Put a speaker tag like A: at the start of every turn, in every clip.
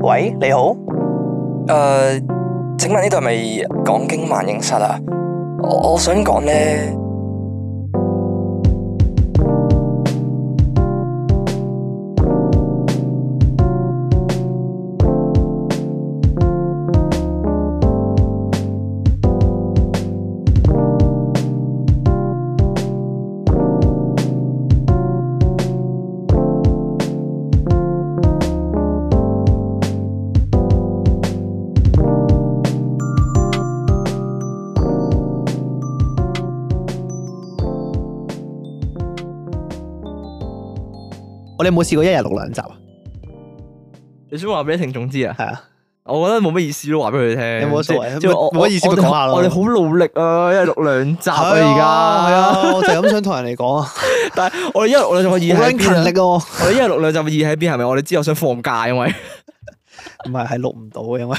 A: 喂，你好，
B: 誒、呃請問呢度係咪港經萬應室啊？我我想講咧，
C: 我哋有冇試過一日錄兩集啊？
D: 你想話俾啲聽眾知啊？
C: 係啊，
D: 我覺得冇乜意思咯，話俾佢哋聽。
C: 有冇所謂
D: 即係我
C: 冇乜意思咪
D: 我
C: 講下咯
D: 我哋好努力啊，一日錄兩集啊，而家
C: 係啊，我就係咁想同人哋講啊， 好
D: 但係我哋一日錄兩集嘅意義喺
C: 撚勤
D: 邊啊？
C: 力啊我，
D: 我哋一日錄兩集嘅意義喺邊？啊係咪我哋之後想放假？因為
C: 唔係係錄唔到嘅，因為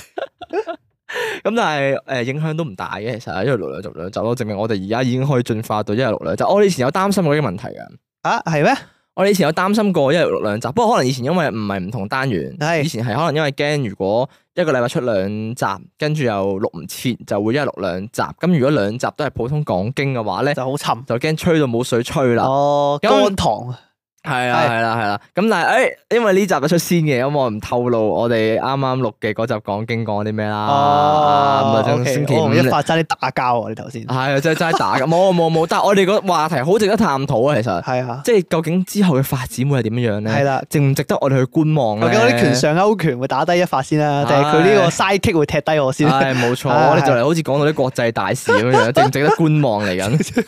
D: 咁但係誒、呃影響都唔大嘅，其實一日錄兩集兩集咯，證明我哋而家已經可以進化到一日錄兩集。我哋以前有擔心過呢個問題㗎，
C: 啊係咩？
D: 我哋以前有擔心過一日錄兩集，不過可能以前因為唔係唔同單元，
C: 係
D: 以前係可能因為驚如果一個禮拜出兩集，跟住又錄唔切，就會一日錄兩集。咁如果兩集都係普通講經嘅話 咧，
C: 就好沉
D: 就驚吹到冇水吹啦。
C: 哦，
D: 咁
C: 乾糖啊，
D: 係啦，係啦，係啦。咁但係誒、哎因為呢集就出先嘅，咁我唔透露我哋啱啱錄嘅嗰集講經講啲咩啦。啊咁
C: 哦
D: 啊，就
C: OK，
D: 星期
C: 我
D: 五
C: 同一
D: 嚟
C: 發爭啲打交啊！你頭先
D: 係啊，真係真係 打㗎，冇冇冇，但係我哋個話題好值得探討啊，其實，
C: 係啊，
D: 即係究竟之後嘅發展會係點樣樣咧？
C: 係啦，
D: 值唔值得我哋去觀望
C: 究
D: 咧？
C: 竟我啲拳上勾拳會打低一發先啦，定係佢呢個 side kick 會踢低我先？
D: 唉，冇錯，
C: 唉
D: 我哋就嚟好似講到啲國際大事咁樣樣，值唔值得觀望嚟緊？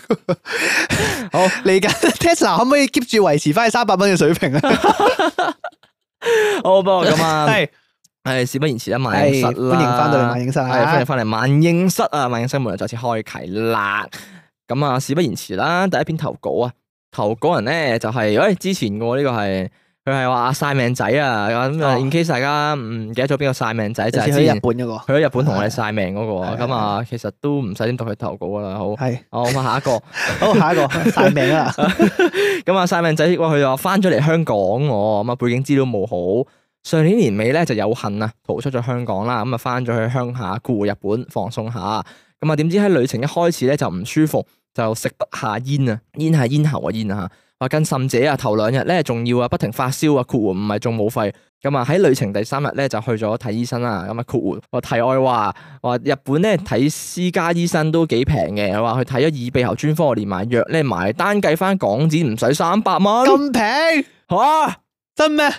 D: 好，
C: 嚟緊 Tesla 可唔可以 keep 住維持翻三百蚊嘅水平 啊？
D: 好，不過咁啊，
C: 係
D: 係事不宜遲啦，萬
C: 係，歡
D: 應室
C: 迎
D: 啦，
C: 翻到嚟萬影室啊！
D: 係歡迎翻嚟萬應室啊！萬應室門又再次開啟啦。咁啊，事不宜遲啦，第一篇投稿啊，投稿人咧就係、喂、之前嘅喎呢個係佢係話晒命仔啊，咁啊
C: 哦
D: in case 大家唔記得咗邊個晒命仔就係
C: 就
D: 之
C: 去日
D: 前
C: 本嗰個
D: 去咗日本同我哋晒命嗰、個啊
C: 係係
D: 咁啊，其實都唔使點讀佢投稿噶啦，好。
C: 係
D: 好，咁啊下一個，
C: 好下一個 晒命啦，
D: 咁啊晒命仔話佢就話翻咗嚟香港喎，咁啊背景資料冇好，上年年尾咧就有幸啊逃出咗香港啦，咁啊翻咗去鄉下故日本放鬆下，咁啊點知喺旅程一開始咧就唔舒服，就食不下煙啊，煙係咽喉啊煙啊話更甚者啊，頭兩日咧仲要啊不停發燒啊，括弧唔係中冇肺。咁啊喺旅程第三日咧就去咗睇醫生啦。咁啊括弧我題外話話日本咧睇私家醫生都幾平嘅，佢話佢睇咗耳鼻喉專科連埋藥咧埋單計翻港紙唔使三百蚊
C: 咁平
D: 嚇。
C: 真咩？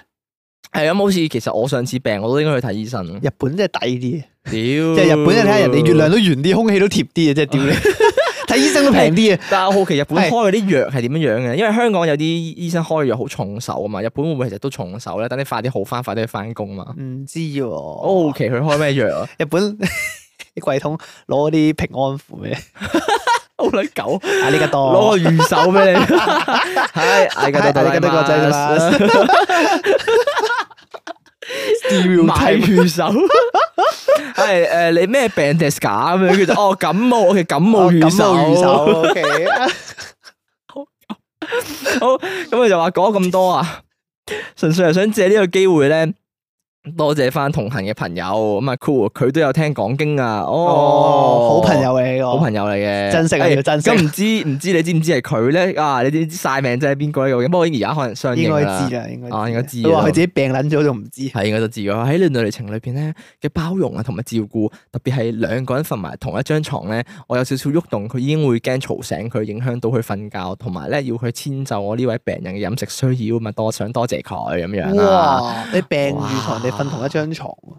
D: 係咁，好似其實我上次病我都應該去睇醫生。屌，
C: 日本真係抵啲，即
D: 即
C: 係日本你睇下人哋月亮都圓啲，空氣都貼啲嘅，即係屌你
D: 嗯
C: 睇醫生都平啲 啊！
D: 但係我好奇日本
C: 係
D: 開嗰啲藥係點樣樣嘅？因為香港有啲醫生開嘅藥好重手啊嘛，日本會唔會其實都重手咧？等你快啲好翻，快啲去翻工啊嘛。
C: 唔知喎，
D: 我好奇佢開咩藥啊？
C: 日本 啲櫃桶攞嗰啲平安符 咩？
D: 好撚狗，
C: 啊呢個
D: 攞
C: 多
D: 個魚手俾 你。哦係，嗌個
C: ありがとうございます
D: 買
C: stereotype
D: 魚 手。係誒，你咩病 d e s 咁樣？跟住就哦感冒，我嘅哦感冒
C: 哦
D: 魚手。
C: 手，OK，
D: 咁佢就話講咁多啊， 純粹係想借呢個機會咧，多謝翻同行嘅朋友。咁啊，cool，佢都有聽講經啊。 哦
C: 哦，，好朋友，嚟呢個，
D: 好朋友嚟嘅，
C: 珍惜啊
D: 哎
C: 要珍惜
D: 咁唔知唔知你知唔知係佢咧？啊，你知唔知晒命真係邊個咧？究竟不過而家可能相
C: 應
D: 應
C: 該
D: 啦
C: 知。啦，應該
D: 啊應該知
C: 佢話
D: 啦
C: 佢自己病撚咗，仲唔知。
D: 係應該都知㗎喺呢段旅程裏邊咧嘅包容啊，同埋照顧，特別係兩個人瞓埋同一張床咧，我有少少喐動，佢已經會驚嘈醒佢，影響到佢瞓覺，同埋咧要佢遷就我呢位病人嘅飲食需要，咪啊多想多謝佢咁樣啦。
C: 哇！你病住同人哋瞓同一張床喎，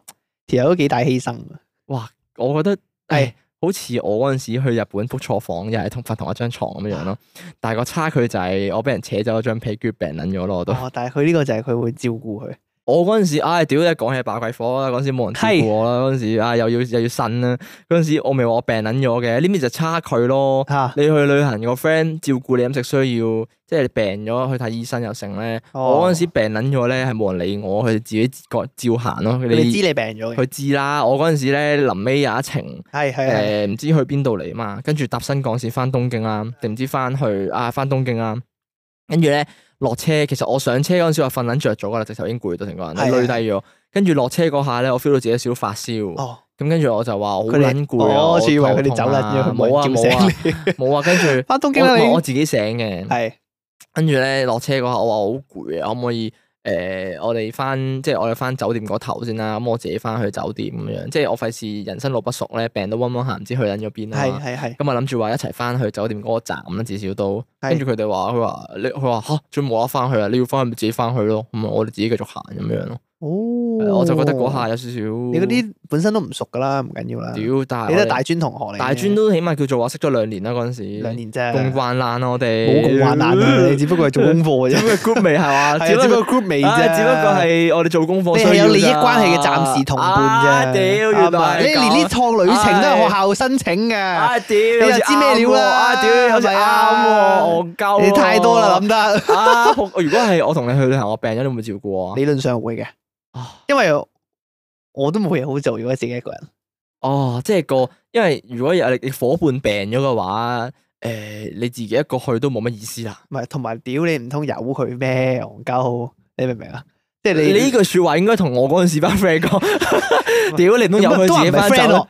C: 條友都幾大犧牲啊！
D: 我覺得
C: 係
D: 係好似我嗰陣時去日本 book 錯房，又係同瞓同一張床咁樣咯，但係個差距就係我俾人扯走咗張被，跟住病撚咗咯，我都。
C: 哦，但係佢呢個就係佢會照顧佢，
D: 我嗰陣時，唉、屌！一講起爆鬼火啦，嗰陣時冇人照顧我啦，嗰陣時啊，又要又要呻啦，嗰陣時我咪話我病撚咗嘅，呢邊就差距咯。
C: 嚇
D: 你去旅行個 friend 照顧你飲食需要，即係你病咗去睇醫生又成咧。
C: 哦
D: 我嗰陣時病撚咗咧，係冇人理我，佢哋自己各照行咯。佢
C: 你知
D: 哋
C: 你病咗嘅，
D: 佢知啦。我嗰陣時咧，臨尾有一程
C: 係係係
D: 呃誒，唔知去邊度嚟嘛，跟住搭新幹線翻東京啦，定唔知翻去啊翻東京啦，跟住咧落車，其實我上車嗰陣時話瞓撚着咗噶啦，直頭已經攰到成個人
C: 係啊
D: 累低咗，跟住落車嗰下咧，我 feel 到自己有少少發燒。
C: 哦，
D: 咁跟住我就話好
C: 佢哋哦
D: 撚攰啊！
C: 我仲以為
D: 為
C: 佢哋走甩咗，佢
D: 冇啊冇啊
C: 啊，
D: 冇啊！跟住
C: 翻東京啦你
D: 我我自己醒嘅，
C: 係
D: 跟住咧落車嗰下，我話我好攰啊，可唔可以誒、我哋翻即係我哋翻酒店嗰頭先啦，咁我自己翻去酒店咁樣，即係我費事人生路不熟咧，病到嗡嗡下唔知去撚咗邊啊
C: 係
D: 嘛。
C: 係係，
D: 咁啊諗住話一齊翻去酒店嗰個站啦，至少都。
C: 係
D: 跟住佢哋話佢話你佢話吓，最冇得翻去啊！你要翻去咪自己翻去咯，咁啊我哋自己繼續行咁樣咯。
C: 哦，
D: 係啊我就覺得嗰下有少少
C: 你
D: 你
C: 嗰啲本身都唔熟噶啦，唔緊要啦，你
D: 屌，但係
C: 都
D: 我
C: 係
D: 哋
C: 大專同學嚟嘅，
D: 大專都起碼叫做話識咗兩年啦嗰陣時，
C: 兩年啫，
D: 共患難啊我哋
C: 冇共患難啊， 你只不過係做功課嘅
D: 咁
C: 啫，
D: 嘅 group 未係嘛？
C: 係啊只不過 group
D: 只
C: 味
D: 不過
C: 啫，
D: 只不過係我哋做功課
C: 你
D: 需要
C: 係有
D: 咋
C: 利益關係嘅暫時同伴
D: 啊
C: 啫。
D: 屌，
C: 啱
D: 原
C: 啊
D: 來
C: 你連呢趟旅程都係學校申請嘅，
D: 啊屌，
C: 你
D: 你
C: 就知咩料啦
D: 啊屌，有時
C: 係
D: 啱
C: 咪啊
D: 喎，戇鳩。
C: 你太多啦諗得。
D: 啊！仆如果係我同你去旅行，我病咗，你會唔會照顧我
C: 理論上會嘅，
D: 啊？
C: 因為我都冇嘢好做，如果自己一個人。
D: 哦，即係個，因為如果有你你伙伴病咗嘅話，誒，你自己一個去都冇乜意思啦。
C: 唔係，同埋屌你唔通由佢咩戇鳩？你明唔明啊？即係
D: 你
C: 你
D: 呢句说話應該同我嗰陣時班 friend 講，屌你唔通有佢
C: 都
D: 自己
C: 唔係
D: 翻走
C: friend 咯，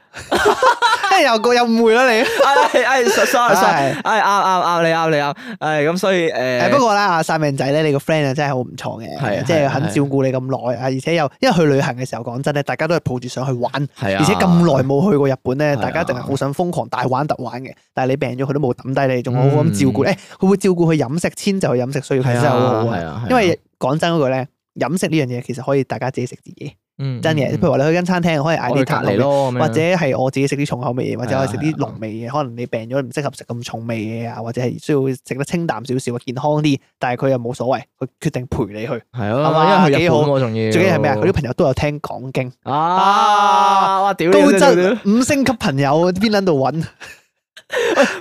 C: 即有個有誤會 啦你。
D: 唉唉，sorry 啊 sorry，
C: 係
D: 哎唉啱啱啱你啱你啱，唉咁所以呃誒，
C: 誒不過啦，阿曬命仔咧，你個 friend 啊真係好唔錯嘅，
D: 係啊
C: 即
D: 係
C: 係
D: 啊
C: 肯照顧你咁耐啊，而且又因為去旅行嘅時候講真咧，大家都係抱住想去玩，
D: 係啊，
C: 而且咁耐冇去過日本咧，
D: 係啊
C: 大家一定係好想瘋狂大玩特玩嘅。但係你病咗，佢都冇抌低你，仲好好
D: 嗯
C: 咁照顧。誒，佢會照顧佢飲食，遷就佢飲食需要，其
D: 係
C: 實
D: 啊，
C: 真係好好啊
D: 係。啊，
C: 因為講真嗰句咧，飲食呢樣嘢其實可以大家自己食自己，真嘅。譬如話你去間餐廳，可以嗌
D: 嗯我
C: 啲
D: 哋
C: 淡
D: 隔
C: 口
D: 離
C: 味，
D: 咯，咁樣
C: 或者係我自己食啲重口味嘢，或者我食啲
D: 係啊係啊
C: 濃味嘢。可能你病咗唔適合食咁重味嘢啊，或者係需要食得清淡少少、健康啲，但係佢又冇所謂，佢決定陪你去。
D: 係
C: 係
D: 啊，
C: 嘛
D: 因為去日
C: 幾好
D: 本我仲要，
C: 最緊要係咩啊？佢啲朋友都有聽講經。
D: 啊！哇屌，
C: 高
D: 真係屌
C: 質五星級朋友邊撚度 揾？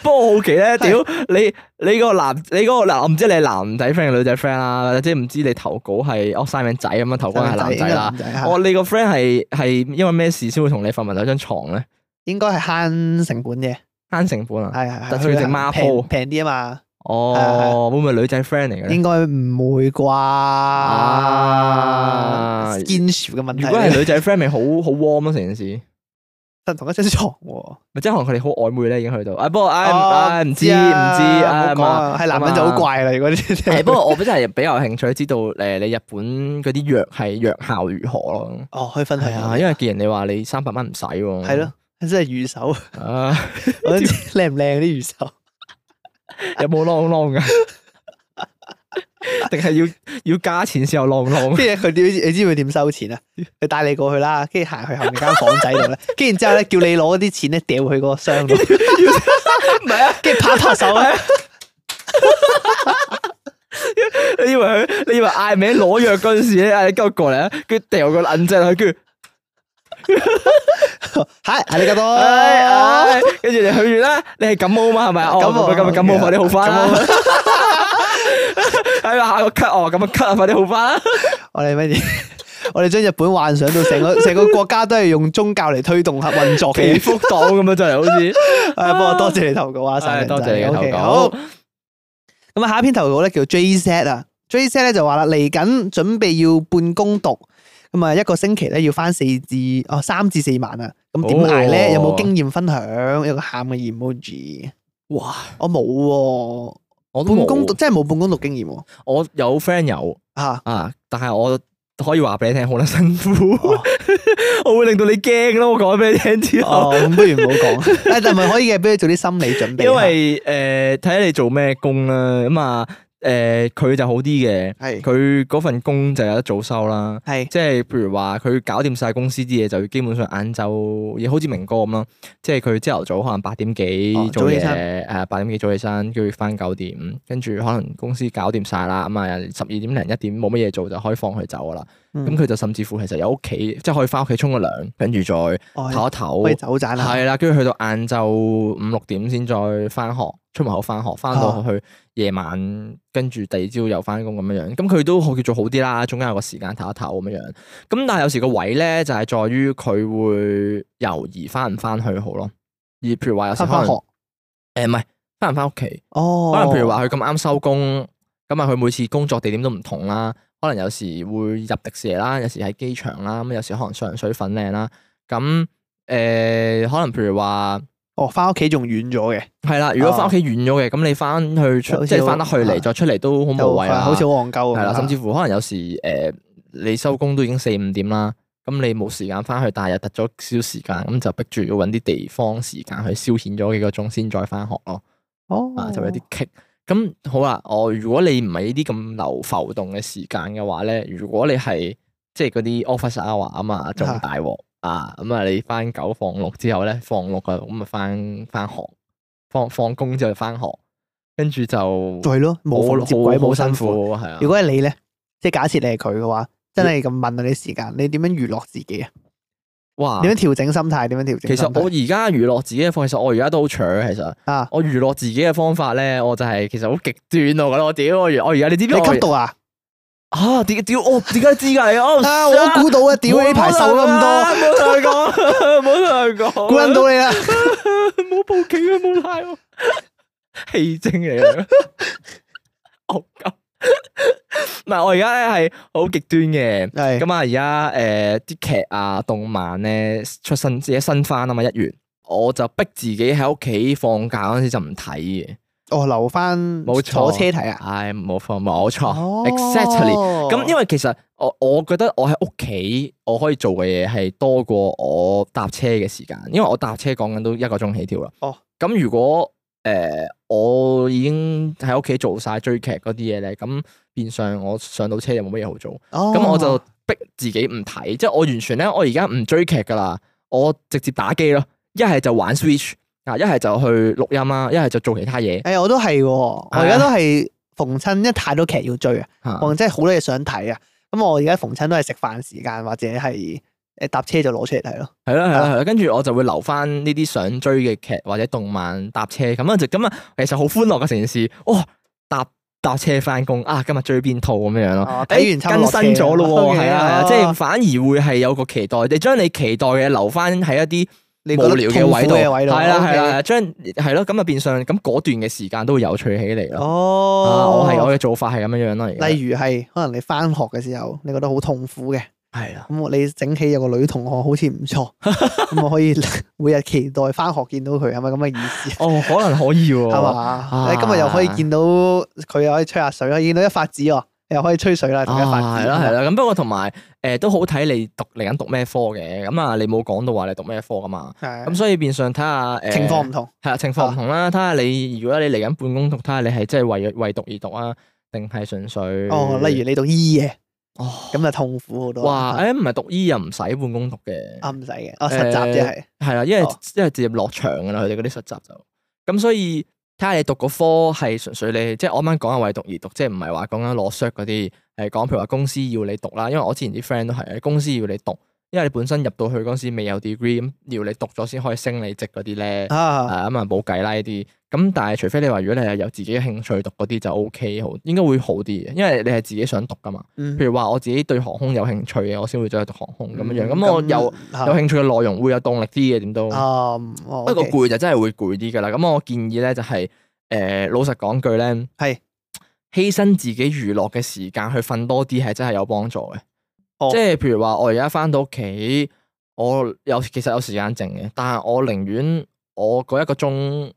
D: 不過我好奇咧，屌你你個男你嗰個嗱，我唔知你係男仔 friend 定女仔 friend 啦，或者唔知你投稿係哦 Simon 仔咁樣投稿係男仔啦。
C: 啦
D: 我你個 friend 係係因為咩事先會同你瞓埋同一張床咧？
C: 應該係慳成本嘅，
D: 慳成本啊！
C: 係係
D: 特
C: 係，
D: 別
C: 去
D: 整
C: 旅行
D: 孖鋪
C: 平平啲啊嘛，
D: 哦，會唔會女仔 friend 嚟嘅咧？
C: 應該唔會
D: 啊
C: 啩？堅持嘅問題，
D: 如果係女仔 friend，咪好好 warm 咯成件事。
C: 得 同一張床喎，
D: 咪即係可能佢哋好曖昧咧，已經去到。啊，不過唉唔
C: 哦
D: 唉唔知唔知
C: 啊
D: 唉
C: 唔好講
D: 嘛。
C: 啊，係男人就好怪啦。如果呢啲
D: 誒，不過我真啊係比較興趣知道誒，你日本嗰啲藥係藥效如何咯？
C: 哦，可以分享
D: 係啊，
C: 下，
D: 因為既然你話你三百蚊唔使喎，
C: 係咯，真係魚手，
D: 啊，
C: 我想知靚唔靚啲魚手？
D: 有冇啷 啷噶？定係要要加錢先有啷啷？
C: 跟住佢點？你知唔知佢點收錢啊？佢帶你過去啦，跟住行去後面間房仔度 咧，跟住然之後咧叫你攞啲錢咧掉去嗰個箱度，
D: 唔係啊，
C: 跟住拍拍手 咧，
D: 你以為佢，你以為嗌名攞藥嗰陣時咧，嗌你鳩過嚟啊，跟住掉個銀仔落去，跟住
C: 係係你咁多，
D: 唉唉，跟住你去完啦，你係感冒嘛係咪啊？哦
C: 哎感冒
D: 咁啊感冒
C: 係啊
D: 快啲好翻
C: 感
D: 啦
C: 冒！
D: 係啊，下個咳哦，咁啊咳啊，快啲好翻啦！
C: 我哋乜嘢？我哋將日本幻想到成個成個國家都係用宗教嚟推動合運作
D: 祈
C: 嘅。
D: 福黨咁啊，真係 好似。
C: 誒，哎不過多謝你投稿啊，細
D: 係
C: 明
D: 哎多謝你嘅投
C: OK，
D: 稿
C: 好，咁啊，下一篇投稿咧叫 J Z 啊，J Z 咧就話啦，嚟緊準備要半工讀，咁啊一個星期咧要翻四至哦三至四晚啊，咁點捱咧？
D: 哦
C: 有冇經驗分享？有個喊嘅 emoji，
D: 哇！
C: 我冇喎，
D: 我都
C: 半工讀
D: 冇，
C: 真係冇半工讀經驗喎，
D: 我有 friend 有
C: 嚇
D: 啊，但係我可以話俾你聽，好撚辛苦，
C: 哦
D: 我會令到你驚咯。我講俾你聽之後，
C: 哦，咁不如唔好 講，誒，但係咪可以嘅，俾佢做啲心理準備下，
D: 因為誒睇下你做咩工啦，咁啊誒佢就好啲嘅，
C: 係
D: 佢嗰份工就有得早收啦。
C: 係。
D: 即係譬如話佢搞掂晒公司啲嘢，就基本上晏晝，亦好似明哥咁啦。即係佢朝頭早可能八點幾
C: 哦
D: 做
C: 早起
D: 嘢，
C: 身
D: 誒八點幾早起身，跟住翻九點，跟住可能公司搞掂晒啦，咁啊十二點零一點冇乜嘢做就可以放佢走噶啦。
C: 嗯
D: 咁佢就甚至乎其實有屋企，即係可以翻屋企沖個涼，跟住再唞
C: 哦
D: 一
C: 可以
D: 唞。
C: 走盞啊啦。
D: 係啦，啊跟住去到晏晝五六點先再翻學，出門口翻學，翻到
C: 啊
D: 去夜晚，跟住第二朝又翻工咁樣樣。咁佢都好叫做好啲啦，中間有個時間唞一唞咁樣樣。咁但係有時個位咧就係、在於佢會猶豫翻唔翻去好咯。而譬如話有時
C: 翻
D: 可
C: 翻
D: 能
C: 學
D: 誒唔係翻唔翻屋企，
C: 哦，
D: 可能譬如話佢咁啱收工，咁啊佢每次工作地點都唔同啦，可能有時會入迪士尼啦，有時喺機場啦，咁有時可能上水粉嶺啦。咁誒、呃可能譬如話
C: 哦，翻屋企仲遠咗嘅，
D: 係啦，如果翻屋企遠咗嘅，咁你翻去出
C: 啊好似
D: 即係翻得去嚟再出嚟都好
C: 就
D: 無謂啦。啊
C: 好似好戇鳩咁
D: 係啦，
C: 啊
D: 甚至乎可能有時誒、呃你收工都已經四五點啦，咁你冇時間翻去，但係又突咗少少時間，咁就逼住要揾啲地方時間去消遣咗幾個鐘先再翻學咯，
C: 哦，
D: 啊就有啲棘。咁好啦，我如果你唔係呢啲咁流浮動嘅時間嘅話咧，如果你係即係嗰啲 office hour 啊嘛，仲大鑊啊！咁啊，你翻九放六之後咧，放六啊，咁啊翻翻學，放放工之後就翻學，跟住就
C: 係咯，冇
D: 好
C: 縫接軌
D: 好
C: 冇
D: 好
C: 辛
D: 辛
C: 苦。
D: 苦，係啊。
C: 如果係你咧，即係假設你係佢嘅話，真係咁問你時間，你點樣娛樂自己啊？
D: 哇！
C: 點樣調整心態？點樣調整
D: 其
C: 心態？
D: 實我而家娛樂自己嘅方，其實我而家都好搶。其實
C: 啊，
D: 我娛樂自己嘅方法咧，我就係其實好極端啊我覺得我屌我而我而家你知唔
C: 你
D: 知我
C: 吸毒啊？
D: 啊？點屌我點解知㗎你？哦我
C: 啊，我都估到啊！屌你呢排瘦咗咁多，
D: 啊冇同佢講，冇同佢講，
C: 估撚到你 啦！
D: 冇報警啊！冇拉我，戲精嚟嘅，戇鳩。唔係我而家咧係好極端嘅。
C: 係
D: 咁啊，而家誒啲劇啊、動漫咧出新自己新番啊嘛，一月我就逼自己喺屋企放假嗰陣時就唔睇嘅，
C: 哦，留翻
D: 冇錯
C: 坐車睇啊！
D: 唉冇錯冇錯
C: 哦
D: ，exactly。咁因為其實我我覺得我喺屋企我可以做嘅嘢係多過我搭車嘅時間，因為我搭車講緊都一個鐘起跳啦。
C: 哦，
D: 咁如果誒、呃我已經喺屋企做晒追劇嗰啲嘢咧，咁變相我上到車又冇乜嘢好做。咁
C: 咁
D: 我就逼自己唔睇，即係我完全咧，我而家唔追劇噶啦，我直接打機咯，一係就玩 Switch 啊，一係就去錄音啊啦，一係就做其他嘢。
C: 誒，我都係喎，我而家都係逢親，因為太多劇要追啊，
D: 啊
C: 我真係好多嘢想睇啊。咁我而家逢親都係食飯時間或者係誒搭車就攞出嚟睇咯。
D: 係啦係啦係
C: 啊
D: 啦，跟住我就會留翻呢啲想追嘅劇或者動漫搭車咁啊，就咁啊，其實好歡樂嘅成件事。哇，搭搭車翻工啊，今日追邊套咁樣樣咯
C: 哦，
D: 誒
C: 睇完差唔
D: 更
C: 多
D: 新咗咯喎，
C: 車
D: 係
C: 啦
D: 啊係啊，
C: 哦
D: 即係反而會係有個期待，你將你期待嘅留翻喺一啲。
C: 你覺得
D: 無聊嘅
C: 痛苦
D: 位度，
C: 嘅位度，
D: 係啦係
C: OK
D: 啦，將係咯，咁啊變相咁嗰段嘅時間都會有趣起嚟咯。啊，
C: 哦，
D: 我係我嘅做法係咁樣樣咯，而家
C: 例如係可能你翻學嘅時候，你覺得好痛苦嘅，
D: 係啊啦，
C: 咁我你整起有個女同學好似唔錯，咁我可以每日期待翻學見到佢，係咪咁嘅意思？啊
D: 哦，啊可能可以
C: 係
D: 喎，
C: 嘛？你今日又可以見到佢，又可以吹下水啦，見到一發子喎，你又可以吹水啦，同一發子。
D: 啊
C: 啊
D: 係啦係啦，咁不過同埋誒都好睇你讀嚟緊讀咩科嘅，咁啊你冇講到話你讀咩科噶嘛，
C: 係啊
D: 咁所以變相睇下誒
C: 情況唔啊同，
D: 係啦，情況唔同啦，睇下你如果你嚟緊半工讀，睇下你係即係為為讀而讀啊，定係純粹
C: 哦，例如你讀醫嘅，
D: 哦
C: 咁就痛苦好多。
D: 呃
C: 啊
D: 哇哎誒唔係讀醫又唔使半工讀嘅。
C: 啱唔使嘅，哦，實習啫係，
D: 係啦，因為
C: 哦
D: 因為直接落場噶啦，佢哋嗰啲實習就咁，所以睇下你讀嗰科係純粹你，即係我啱啱講係為讀而讀，即係唔係話講緊攞 cert 嗰啲，係講譬如話公司要你讀啦，因為我之前啲 friend 都係公司要你讀，因為你本身入到去嗰時未有 degree，咁要你讀咗先可以升你職嗰啲咧，啊
C: 啊，
D: 咁啊冇計啦呢啲，咁但係除非你話如果你係有自己嘅興趣讀嗰啲就 OK 好，應該會好啲嘅，因為你係自己想讀噶嘛，
C: 譬
D: 譬如話我自己對航空有興趣嘅，我先會走去讀航空咁樣樣，嗯咁我有。有興趣嘅內容會有動力啲嘅，點都。
C: 啊，
D: 不
C: 不
D: 過攰就真係會攰啲㗎啦。咁我建議咧就係、誒、老實講句咧，
C: 係
D: 犧牲自己娛樂嘅時間去瞓多啲係真係有幫助嘅。
C: 哦
D: 即係譬如話，我而家翻到屋企，我有其實有時間剩嘅，但係我寧願我嗰一個鐘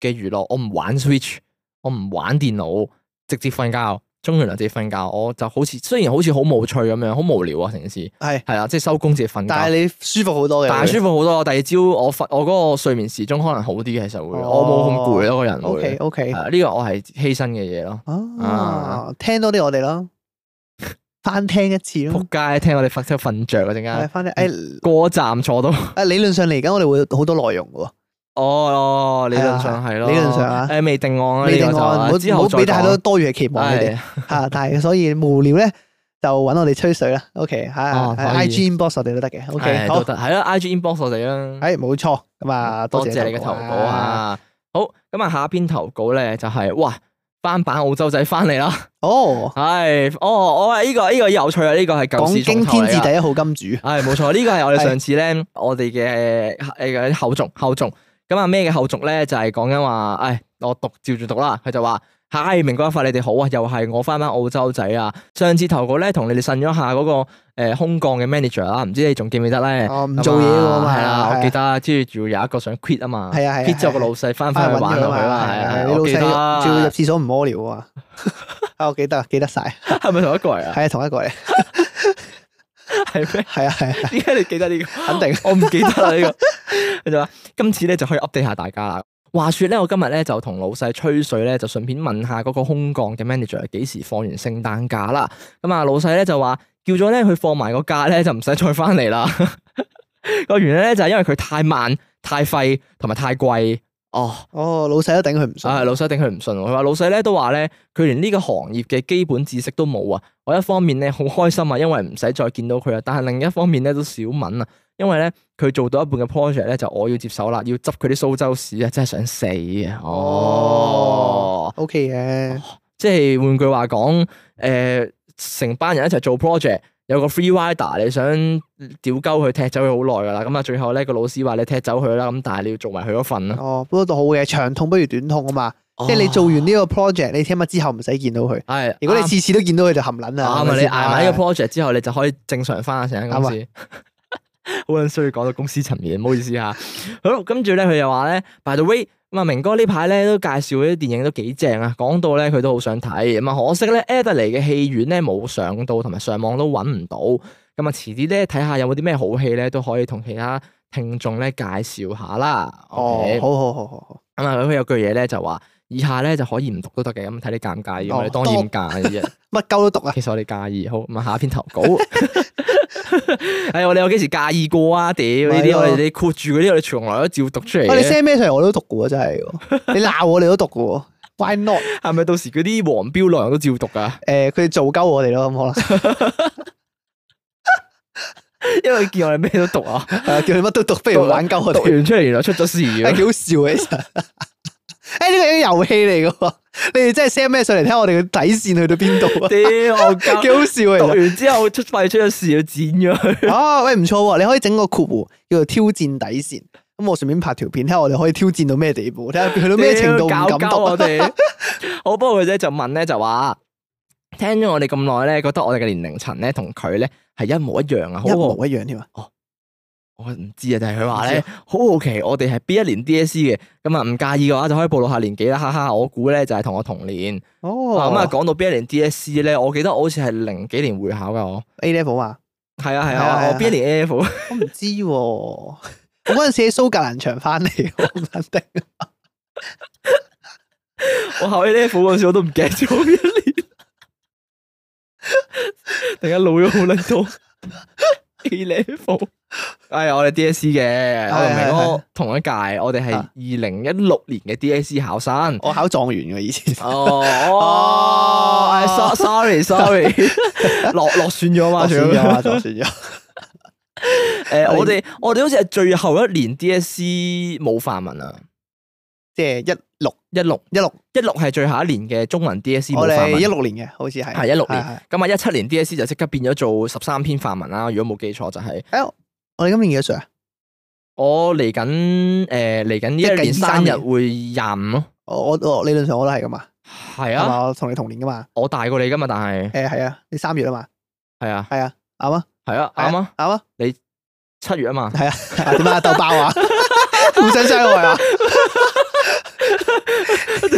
D: 嘅娛樂，我唔玩 Switch，我唔玩電腦，直接瞓覺，中完涼直接瞓覺，我就好似雖然好似好無趣咁樣，好無聊啊成件事，
C: 係，
D: 係啦，即係收工直接瞓覺。
C: 但係你舒服好多嘅，
D: 但係舒服好多。第二朝我瞓，我嗰個睡眠時鐘可能好啲，其實會，
C: 哦
D: 我冇咁攰咯，個人
C: ，O K
D: 會。
C: O K，
D: 係啊呢個我係犧牲嘅嘢咯。
C: 啊
D: 啊，
C: 聽多啲我哋咯，翻聽一次
D: 仆嗯
C: 咯，
D: 街，聽我哋瞓即係瞓着嗰陣
C: 嗯係
D: 間，
C: 翻聽，誒
D: 過站 坐到。
C: 誒，理論上嚟緊我哋會好多內容嘅喎。
D: 哦哦，理論上係咯，
C: 理論上啊
D: 誒未定案啊，
C: 你
D: 呢
C: 定案，
D: 個就
C: 唔好
D: 啊
C: 唔
D: 之後
C: 好
D: 再
C: 俾太多
D: 講。
C: 多餘嘅期望你哋
D: 係
C: 嚇。但係所以無聊咧，就揾我哋吹水啦。OK 嚇
D: 哦可以
C: ，IG inbox 我哋都得嘅。OK
D: 係
C: 好
D: 都，得，係咯，IG inbox 我哋啦。
C: 係哎冇錯咁啊，
D: 嗯多
C: 謝
D: 謝你嘅投稿
C: 啊！
D: 啊！好，咁啊，下一篇投稿咧就係哇，翻版澳洲仔翻嚟啦！
C: 哦，
D: 係，哦，我呢個呢個有趣啊！呢個係舊
C: 講
D: 事
C: 經
D: 重頭
C: 天
D: 嚟
C: 字
D: 㗎
C: 第一號金主
D: 係冇錯，呢個係我哋上次咧，我哋嘅誒後續後續咁啊咩嘅後續咧，就係講緊話，誒我讀照住讀啦，佢就話嗨，明哥一發你哋好啊！又係我翻返澳洲仔啊！上次投稿咧，同你哋呻咗下嗰個呃空降嘅 manager 啦，唔知你仲記唔記得咧？
C: 哦，唔做嘢喎嘛，
D: 係啦，我記
C: 係啊，
D: 得啊，之後仲要有一個想 quit 啊嘛
C: 係啊係啊
D: ，quit 咗個老細翻返
C: 返
D: 去玩
C: 去
D: 落去
C: 嘛
D: 啦，
C: 係
D: 係
C: 啊
D: 啊，
C: 你老
D: 我記
C: 細
D: 得啊
C: 仲要入廁所唔屙尿啊！啊，我記得，記得晒，
D: 係咪同一個嚟啊？
C: 係啊，同一個嚟，
D: 係 咩？
C: 係啊，係 啊，
D: 點解你記得呢個？
C: 肯定
D: 我唔記得啦呢個。佢就話今次咧就可以 update 下大家啦。話說咧，我今日咧就同老細吹水咧，就順便問下嗰個空降嘅 manager 幾時放完聖誕假啦。咁啊，老細咧就話叫咗咧佢放埋個假咧就唔使再翻嚟啦。 個原因咧就係因為佢太慢、太廢同埋太貴。哦，
C: 哦，老細都頂佢唔
D: 啊，
C: 順，
D: 老細頂佢唔順喎，佢話老細咧都話咧，佢連呢個行業嘅基本知識都冇啊！我一方面咧好開心啊，因為唔使再見到佢啊，但係另一方面咧都少問啊，因為咧佢做到一半嘅 project 咧就我要接手啦，要執佢啲蘇州屎啊，真係想死啊！哦
C: 哦，，OK 嘅，
D: 即係換句話講，誒、呃成班人一齊做 project。有個 free rider，你想屌鳩佢踢走佢好耐㗎啦，咁啊最後咧個老師話你踢走佢啦，咁但係你要做埋佢嗰份啦。
C: 哦，不過都好嘅，長痛不如短痛啊嘛，
D: 哦
C: 即係你做完呢個 project，你起碼之後唔使見到佢。
D: 係，
C: 如果你次次都見到佢就含撚
D: 啱
C: 啊，
D: 啊！
C: 咪
D: 你
C: 先
D: 捱埋呢個 project 之後，你就可以正常翻啊成間公司。 好撚衰，講到公司層面，唔好意思嚇。好，跟住咧佢又話咧，by the way，咁啊明哥呢排咧都介紹嗰啲電影都幾正啊，講到咧佢都好想睇，咁啊可惜咧 Adelaide 嘅戲院咧冇上到，同埋上網都揾唔到。咁啊遲啲咧睇下有冇啲咩好戲咧都可以同其他聽眾咧介紹下啦。
C: 哦
D: OK，
C: 好好好好好，
D: 咁啊佢有句嘢咧就話，以下咧就可以唔讀都得嘅，咁睇你介唔介意？我哋
C: 哦
D: 當然唔介意啊。
C: 乜鳩都讀啊，
D: 其實我哋介意，好咁啊，下一篇投稿。 哎呀，我哋有幾時介意過啊？屌呢
C: 咪
D: 啲
C: 咯
D: 我哋你括住嗰啲，我哋從來都照讀出嚟
C: 我哋
D: 嘅。
C: send 咩出嚟我都讀嘅喎，真係 喎，你鬧我哋都讀嘅喎，why not？
D: 係咪到時嗰啲黃標內容都照讀啊噶？
C: 誒，佢哋做鳩我哋咯，咁可
D: 因為見我哋咩都讀 啊，
C: 能 係啊叫你乜都讀，不如玩鳩我
D: 讀
C: 哋，
D: 完出嚟原來出咗事
C: 係
D: 嘅。
C: 幾好笑啊嘅其實。 誒呢個係一個遊戲嚟嘅喎， 你哋真係 send 咩上嚟睇下我哋嘅底線去到邊度啊？
D: 屌我鳩
C: 幾好笑啊！其
D: 讀
C: 實
D: 完之後出發現出咗事要剪咗 佢。
C: 哦，喂，唔錯喎，你可以整個括弧叫做挑戰底線。咁我順便拍條片，睇下我哋可以挑戰到咩地步，睇下去到咩程度唔
D: 屌
C: 敢
D: 搞鳩啊我
C: 讀。
D: 哋。好，不過佢咧就問咧就話，聽咗我哋咁耐咧，覺得我哋嘅年齡層咧同佢咧係一模一樣啊，好
C: 一
D: 過
C: 模一樣添啊！
D: 我唔知啊，但係佢話
C: 唔
D: 咧，好好奇我哋係邊一年 DSE 嘅，咁啊唔介意嘅話就可以暴露下年紀啦，哈哈！我估咧就係同我同年。
C: 嗯哦，
D: 啊咁啊講到邊一年 DSE 咧，我記得我好似係零幾年會考噶我。
C: A level 啊，
D: 係啊係
C: 係啊係
D: 啊，
C: 啊
D: 我邊一年 A F
C: 我唔知喎， 我嗰陣時喺蘇格蘭場翻嚟， 我唔肯定。
D: 我考 A F 嗰時我都唔記得咗邊一年，突然間老咗好撚多。A level，係我哋 DSE 嘅，我同
C: 係係
D: 明
C: 係
D: 哥同一屆，我哋係二
C: 啊
D: 零一六年嘅 DSE 考生。
C: 我考狀元嘅以 前，
D: 哦哦 哎，so-，sorry sorry，落落選咗嘛，
C: 我
D: 仲
C: 選咗啊， 我選咗。
D: 誒，我哋我哋好似係最後一年 DSE 冇範文啊，
C: 即係一六
D: 一六
C: 一六，
D: 一六係最後一年嘅中文 DSE 冇
C: 我
D: 範
C: 哋
D: 文，
C: 一六年嘅，好似係
D: 係一六年
C: 係係
D: 咁啊一七年 DSE 就即刻變咗做十三篇範文啦，如果冇記錯就係
C: 哎，我哋今年幾多歲啊？
D: 我嚟緊誒嚟緊呢
C: 即係
D: 一年
C: 近
D: 生
C: 三
D: 日
C: 年
D: 會廿五咯，
C: 我我我理論上我都係噶嘛，
D: 係
C: 係
D: 啊，
C: 嘛？我同你同年噶嘛？
D: 我大過你㗎嘛，但係
C: 誒係啊，你三月啊嘛，
D: 係啊
C: 係啊，啱啊，
D: 係啊
C: 係
D: 啱啊，
C: 啱啊。
D: 七月啊嘛，
C: 系啊，啊点啊，豆包啊，互相傷害啊，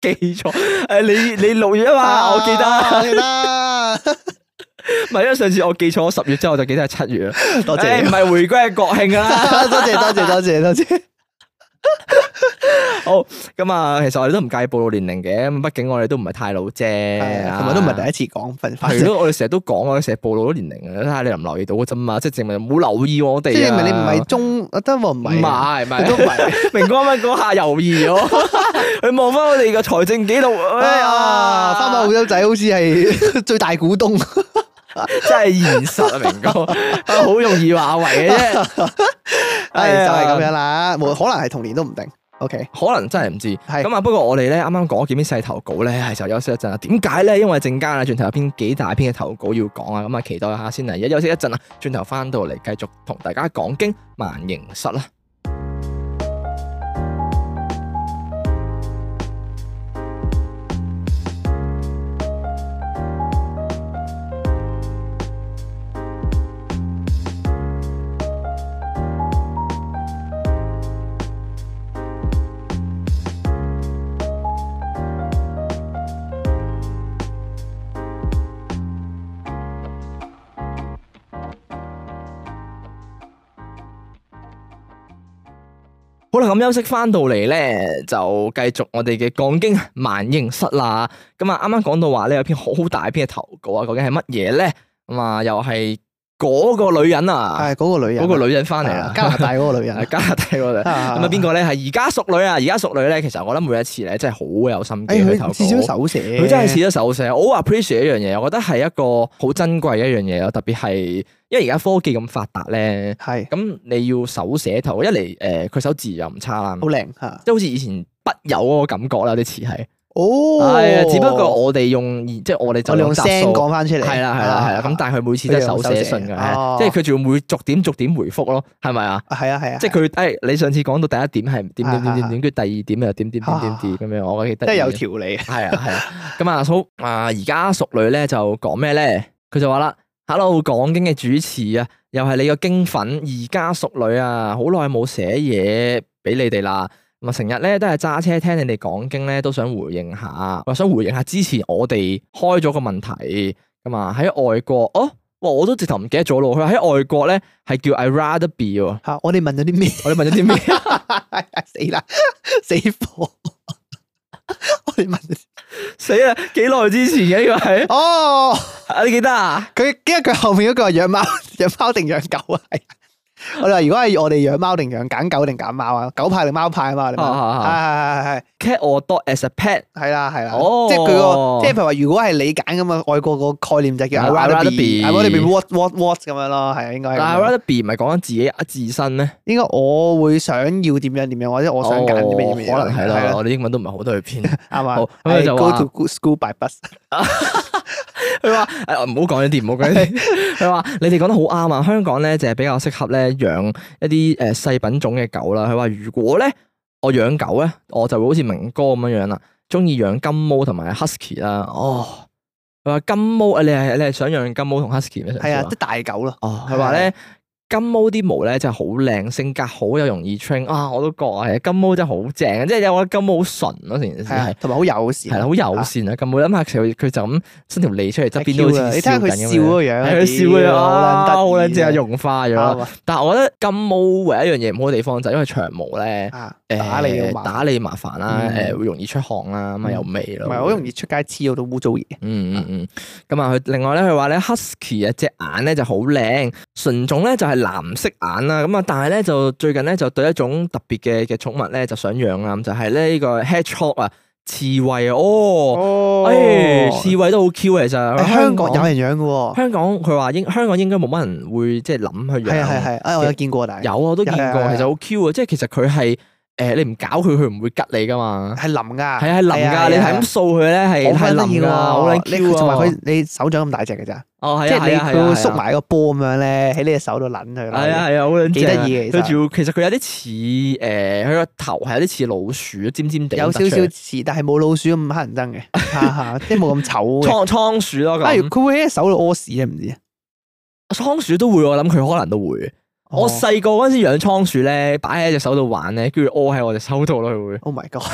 D: 記錯誒你你六月啊嘛，我記得。
C: 我記 得，
D: 唔係，因為上次我記錯咗十月之後，我就記得係七月啦。
C: 多
D: 誒
C: 謝
D: 唔，係回歸係國慶啦。
C: 哎啊多謝，多謝，多謝，多謝，
D: 咁啊，其實我哋都唔介意暴露年齡嘅，咁畢竟我哋都唔係太老啫，
C: 同埋都唔係第一次講份法
D: 哎係咯，我哋成日都講，我哋成日暴露咗年齡嘅，睇下你留唔留意到嘅啫嘛，即係證明冇留意我哋啊。
C: 即係證明你唔係中，啊得喎，唔
D: 唔
C: 係，
D: 係唔
C: 你都
D: 係，
C: 唔係，
D: 明哥乜嗰下猶豫 咗，佢望翻我哋嘅財政記錄，哎呀，
C: 啊， 翻返澳洲仔好似係 最大股東，
D: 真係現實啊，明哥，好容易話為嘅啫， 哎
C: 係就係咁樣啦，冇可能係同年都唔定，OK，
D: 可能真係唔知。
C: 係
D: 咁啊，不過我哋咧啱啱講咗幾篇細投稿咧，係時候休息一陣啦。點解咧？因為陣間啊，轉頭有篇幾大篇嘅投稿要講啊，咁啊期待下先啦。而家休息一陣啦，轉頭翻到嚟繼續同大家講經萬形室啦。好啦，咁休息翻到嚟咧，就繼續我哋嘅講經萬應室啦。咁啊，啱啱講到話咧，有篇好大篇嘅投稿啊，究竟係乜嘢咧？咁啊，又係嗰個女人啊，
C: 係嗰個女人，
D: 嗰個女人翻嚟啦
C: 啊，加拿大嗰個女人
D: 係。加拿大嗰個女。咁
C: 咁
D: 啊，邊？個咧？係而家熟女啊！而家熟女咧，其實我覺得每一次咧，真係好有心機
C: 誒，
D: 去投
C: 哎
D: 稿。
C: 佢至少手寫，
D: 佢真係試咗手寫，我好 appreciate 一樣嘢，我覺得係一個好珍貴嘅一樣嘢咯。特別係因為而家科技咁發達咧，
C: 係
D: 咁你要手寫投，一嚟誒佢手字又唔差啦，
C: 好靚啊嚇。
D: 即係好似以前筆友嗰個感覺啦，有啲似係。
C: 哦，
D: 係啊，只不過我哋用即係我哋就
C: 我哋用聲
D: 集數
C: 講翻出嚟，啊
D: 係啦係啦係啦，咁但係佢每次都係手寫信
C: 佢用手
D: 嘅，
C: 寫
D: 係啊
C: 哦
D: 即係佢仲要每逐點逐點回覆咯，係咪啊？
C: 但係係啊係啊，
D: 即係佢誒，你上次講到第一點係點點點點
C: 啊
D: 點，跟住第二點又點點點點點咁樣，我覺得
C: 真係有
D: 條。
C: 條理。
D: 係啊係啊，咁啊好啊，而家淑女咧就講咩咧？佢就話啦，Hello 講經嘅主持啊，又係你個經粉，而家淑女啊，好耐冇寫嘢俾你哋啦。咁啊，成日咧都係揸車聽你哋講經咧，都想回應下，我想回應下之前我哋開咗個問題咁啊，喺外國哦，哇我都直頭唔記得咗咯。佢話喺外國咧係叫 I rather be 喎，
C: 嚇！啊我哋問咗啲咩？
D: 我哋問咗啲咩？
C: 死啦，死火！ 我哋問
D: 死啦，幾耐之前嘅呢個係
C: 哦，
D: 啊？你記得啊？
C: 佢因為佢後面嗰個係養貓，養貓定養狗啊？係我哋話如果係我哋養貓定養揀狗定揀貓啊？狗派定貓派啊嘛？我哋問
D: 啊啊
C: 係係係係
D: Cat or dog as a pet？
C: 係啦係啦，
D: 哦
C: 即係佢個即係譬如話，如果係你揀咁啊，外國個概念就叫 I
D: I
C: rather
D: rather
C: be，I
D: be
C: rather be what what what 咁樣咯，係啊應該係咁樣。
D: 但係 rather be 唔係講緊自己啊自身咩？
C: 應該我會想要點樣點樣，或者我想揀啲咩咩嘢，
D: 哦可能係
C: 係
D: 啦。
C: 啦
D: 我哋英文都唔係好得 去邊。
C: 啱
D: 好
C: 嘛？
D: 咁佢就
C: I
D: 話
C: go to school by bus，
D: 佢話：誒唔好講呢啲，唔好講呢 啲。佢話你哋講得好啱啊！香港咧就係比較適合咧養一啲誒細品種嘅狗啦。佢話如果咧我養狗咧，我就會好似明哥咁樣樣啦，中意養金毛同埋 husky 啦。哦，佢話金毛，你係你係想養金毛同 husky 咩？
C: 係啊，即係大狗咯。
D: 哦，佢話咧金毛啲毛咧真係好靚，性格好又容易 train 啊！我都覺啊，係啊金毛真係好正，即係我覺得金毛好純咯，成件事
C: 係啊
D: 係，
C: 同埋好友
D: 係啦，
C: 善，
D: 好友善啊！金毛諗下佢佢就咁伸條脷出嚟側邊都好
C: Q 啊
D: 似
C: 你睇下佢
D: 緊咁
C: 笑
D: 樣
C: 嗰個樣，
D: 係佢笑嘅樣，
C: 屌
D: 啊好
C: 好
D: 撚
C: 撚
D: 正啊，
C: 得意
D: 融化咗啦。
C: 啊
D: 但係我覺得金毛唯一一樣嘢唔好嘅地方就係因為長毛咧，
C: 啊
D: 誒
C: 打你啊嘛，
D: 打理麻煩啦，
C: 嗯
D: 誒會容易出汗啦，咁啊
C: 嗯
D: 有味
C: 唔
D: 咯，
C: 係好容易出街黐到啲污糟嘢。
D: 嗯嗯嗯，咁啊，佢另外咧，佢話咧 Husky 啊隻眼咧就好靚，純種咧就係藍色眼啦，咁啊，但係咧就最近咧就對一種特別嘅嘅寵物咧就想養啊啦，咁就係咧呢個 Hedgehog 啊，刺蝟啊，哦，
C: 哦哎
D: 誒，刺蝟都好 Q 其實，
C: 香港有人養嘅喎，
D: 香港佢話應香港應該冇乜人會即係諗去養，
C: 係啊係係，啊我有見過，但係
D: 有啊我都見
C: 有有有
D: 過，其實好 Q 啊，即係其實佢係誒你唔搞佢，佢唔會吉你噶嘛，
C: 係淋㗎，
D: 係啊係淋㗎，你係咁掃佢咧係
C: 好
D: 係
C: 撚得意
D: 淋㗎，
C: 喎，
D: 好撚
C: 你
D: Q 啊，
C: 同埋佢你手掌咁大隻嘅咋，
D: 哦，係
C: 即
D: 啊，
C: 係你
D: 係啊，
C: 佢會縮埋個波咁樣咧，喺你隻手度攆佢
D: 係
C: 啦。
D: 啊，係啊，好撚
C: 幾得
D: 正啊
C: 意嘅其實
D: 佢仲要其實佢有啲似誒，佢個頭係有啲似老鼠，尖尖地
C: 有
D: 咁
C: 少
D: 突出
C: 少似，但係冇老鼠咁乞人憎 嘅，哈哈即係冇咁醜嘅。
D: 嚟，倉倉鼠咯
C: 啊，
D: 咁。
C: 佢會喺手度屙屎啊？唔知
D: 哎倉鼠都會，我諗佢可能都會。我
C: 哦
D: 細個嗰陣時養倉鼠咧，擺喺隻手度玩咧，跟住屙喺我隻手度咯，佢會。
C: Oh my god！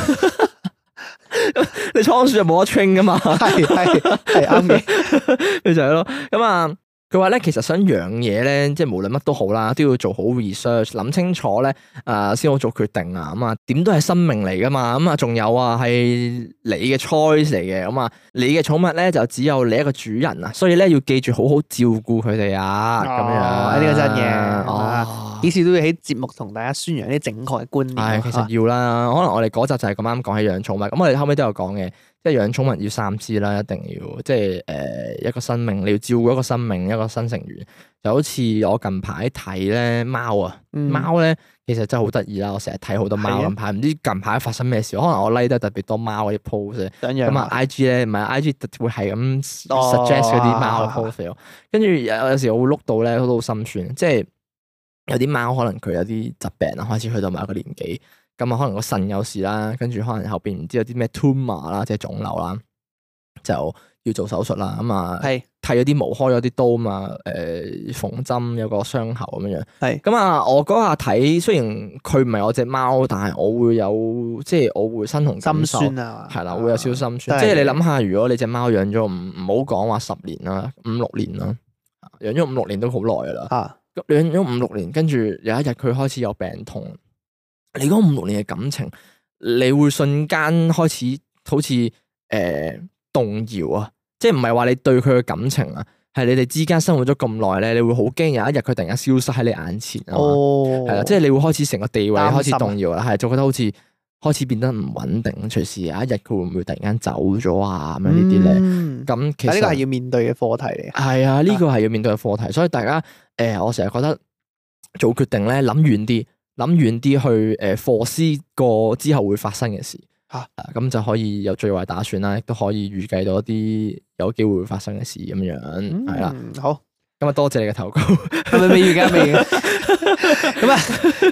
D: 你倉鼠就冇得 train 噶嘛，
C: 係係係啱嘅，
D: 佢就係咯。咁啊，佢話咧，其實想養嘢咧，即係無論乜都好啦，都要做好 research，諗清楚咧，啊先好做決定啊。咁啊，點都係生命嚟噶嘛。咁啊，仲有啊，係你嘅 choice 嚟嘅。咁啊，你嘅寵物咧就只有你一個主人啊，所以咧要記住好好照顧佢哋啊。咁
C: 哦
D: 樣
C: 呢個真嘅啊
D: 哦。
C: 幾時都要喺節目同大家宣揚啲正確嘅觀念。
D: 係，其實要啦，可能我哋嗰集就係咁啱講起養寵物，咁我哋後尾都有講嘅，即係養寵物要三思啦，一定要，即係誒、呃一個生命，你要照顧一個生命，一個新成員，就好似我近排睇咧貓啊，
C: 嗯
D: 貓咧其實真係好得意啦，我成日睇好多貓
C: 係啊
D: 近排，唔知近排發生咩事，可能我 like 得特別多貓嗰啲 post 咧
C: 想養
D: 咁啊
C: 啊，
D: I G 咧唔係 I G 會係咁
C: 哦
D: suggest 嗰啲貓嘅 profile，跟住有有時我會碌到咧，都好心酸，即係有啲貓可能佢有啲疾病啊，開始去到某一個年紀，咁啊可能個腎有事啦，跟住可能後邊唔知有啲咩 tumor 啦，即係腫瘤啦，就要做手術啦，咁啊
C: 係
D: 剃咗啲毛，開咗啲刀啊嘛，誒、縫針有個傷口咁樣。
C: 係
D: 咁啊，我嗰下睇，雖然佢唔係我只貓，但係我會有即係我會身同感
C: 心
D: 受。
C: 酸啊，
D: 係啦，會有少少心酸。
C: 真係
D: 啊即係你諗下，如果你只貓養咗唔唔好講話十年啦，五六年啦，養咗五六年都好耐噶啦。
C: 啊，
D: 咁養咗五六年，跟住有一日佢開始有病痛，你嗰五六年嘅感情，你會瞬間開始好似誒、呃、動搖啊！即係唔係話你對佢嘅感情啊，係你哋之間生活咗咁耐咧，你會好驚有一日佢突然間消失喺你眼前啊嘛！
C: 哦，
D: 係啦，即係你會開始成個地位
C: 擔心啊
D: 開始動搖啦，係就覺得好似開始變得唔穩定，隨時有一日佢會唔會突然間走咗啊咁樣呢啲咧？
C: 咧
D: 咁
C: 嗯
D: 其
C: 但呢個係
D: 實
C: 要面對嘅課題嚟嘅。
D: 係啊，呢個係要面對嘅課題，所以大家誒、呃我成日覺得做決定咧，諗遠啲，諗遠啲去誒 foresee 個之後會發生嘅事
C: 嚇
D: 啊咁就可以有最壞打算啦，亦都可以預計到一啲有機會會發生嘅事咁樣，係啦、
C: 嗯，好，
D: 咁啊，多謝你嘅投稿。
C: 係咪未完嘅？未完嘅。咁啊，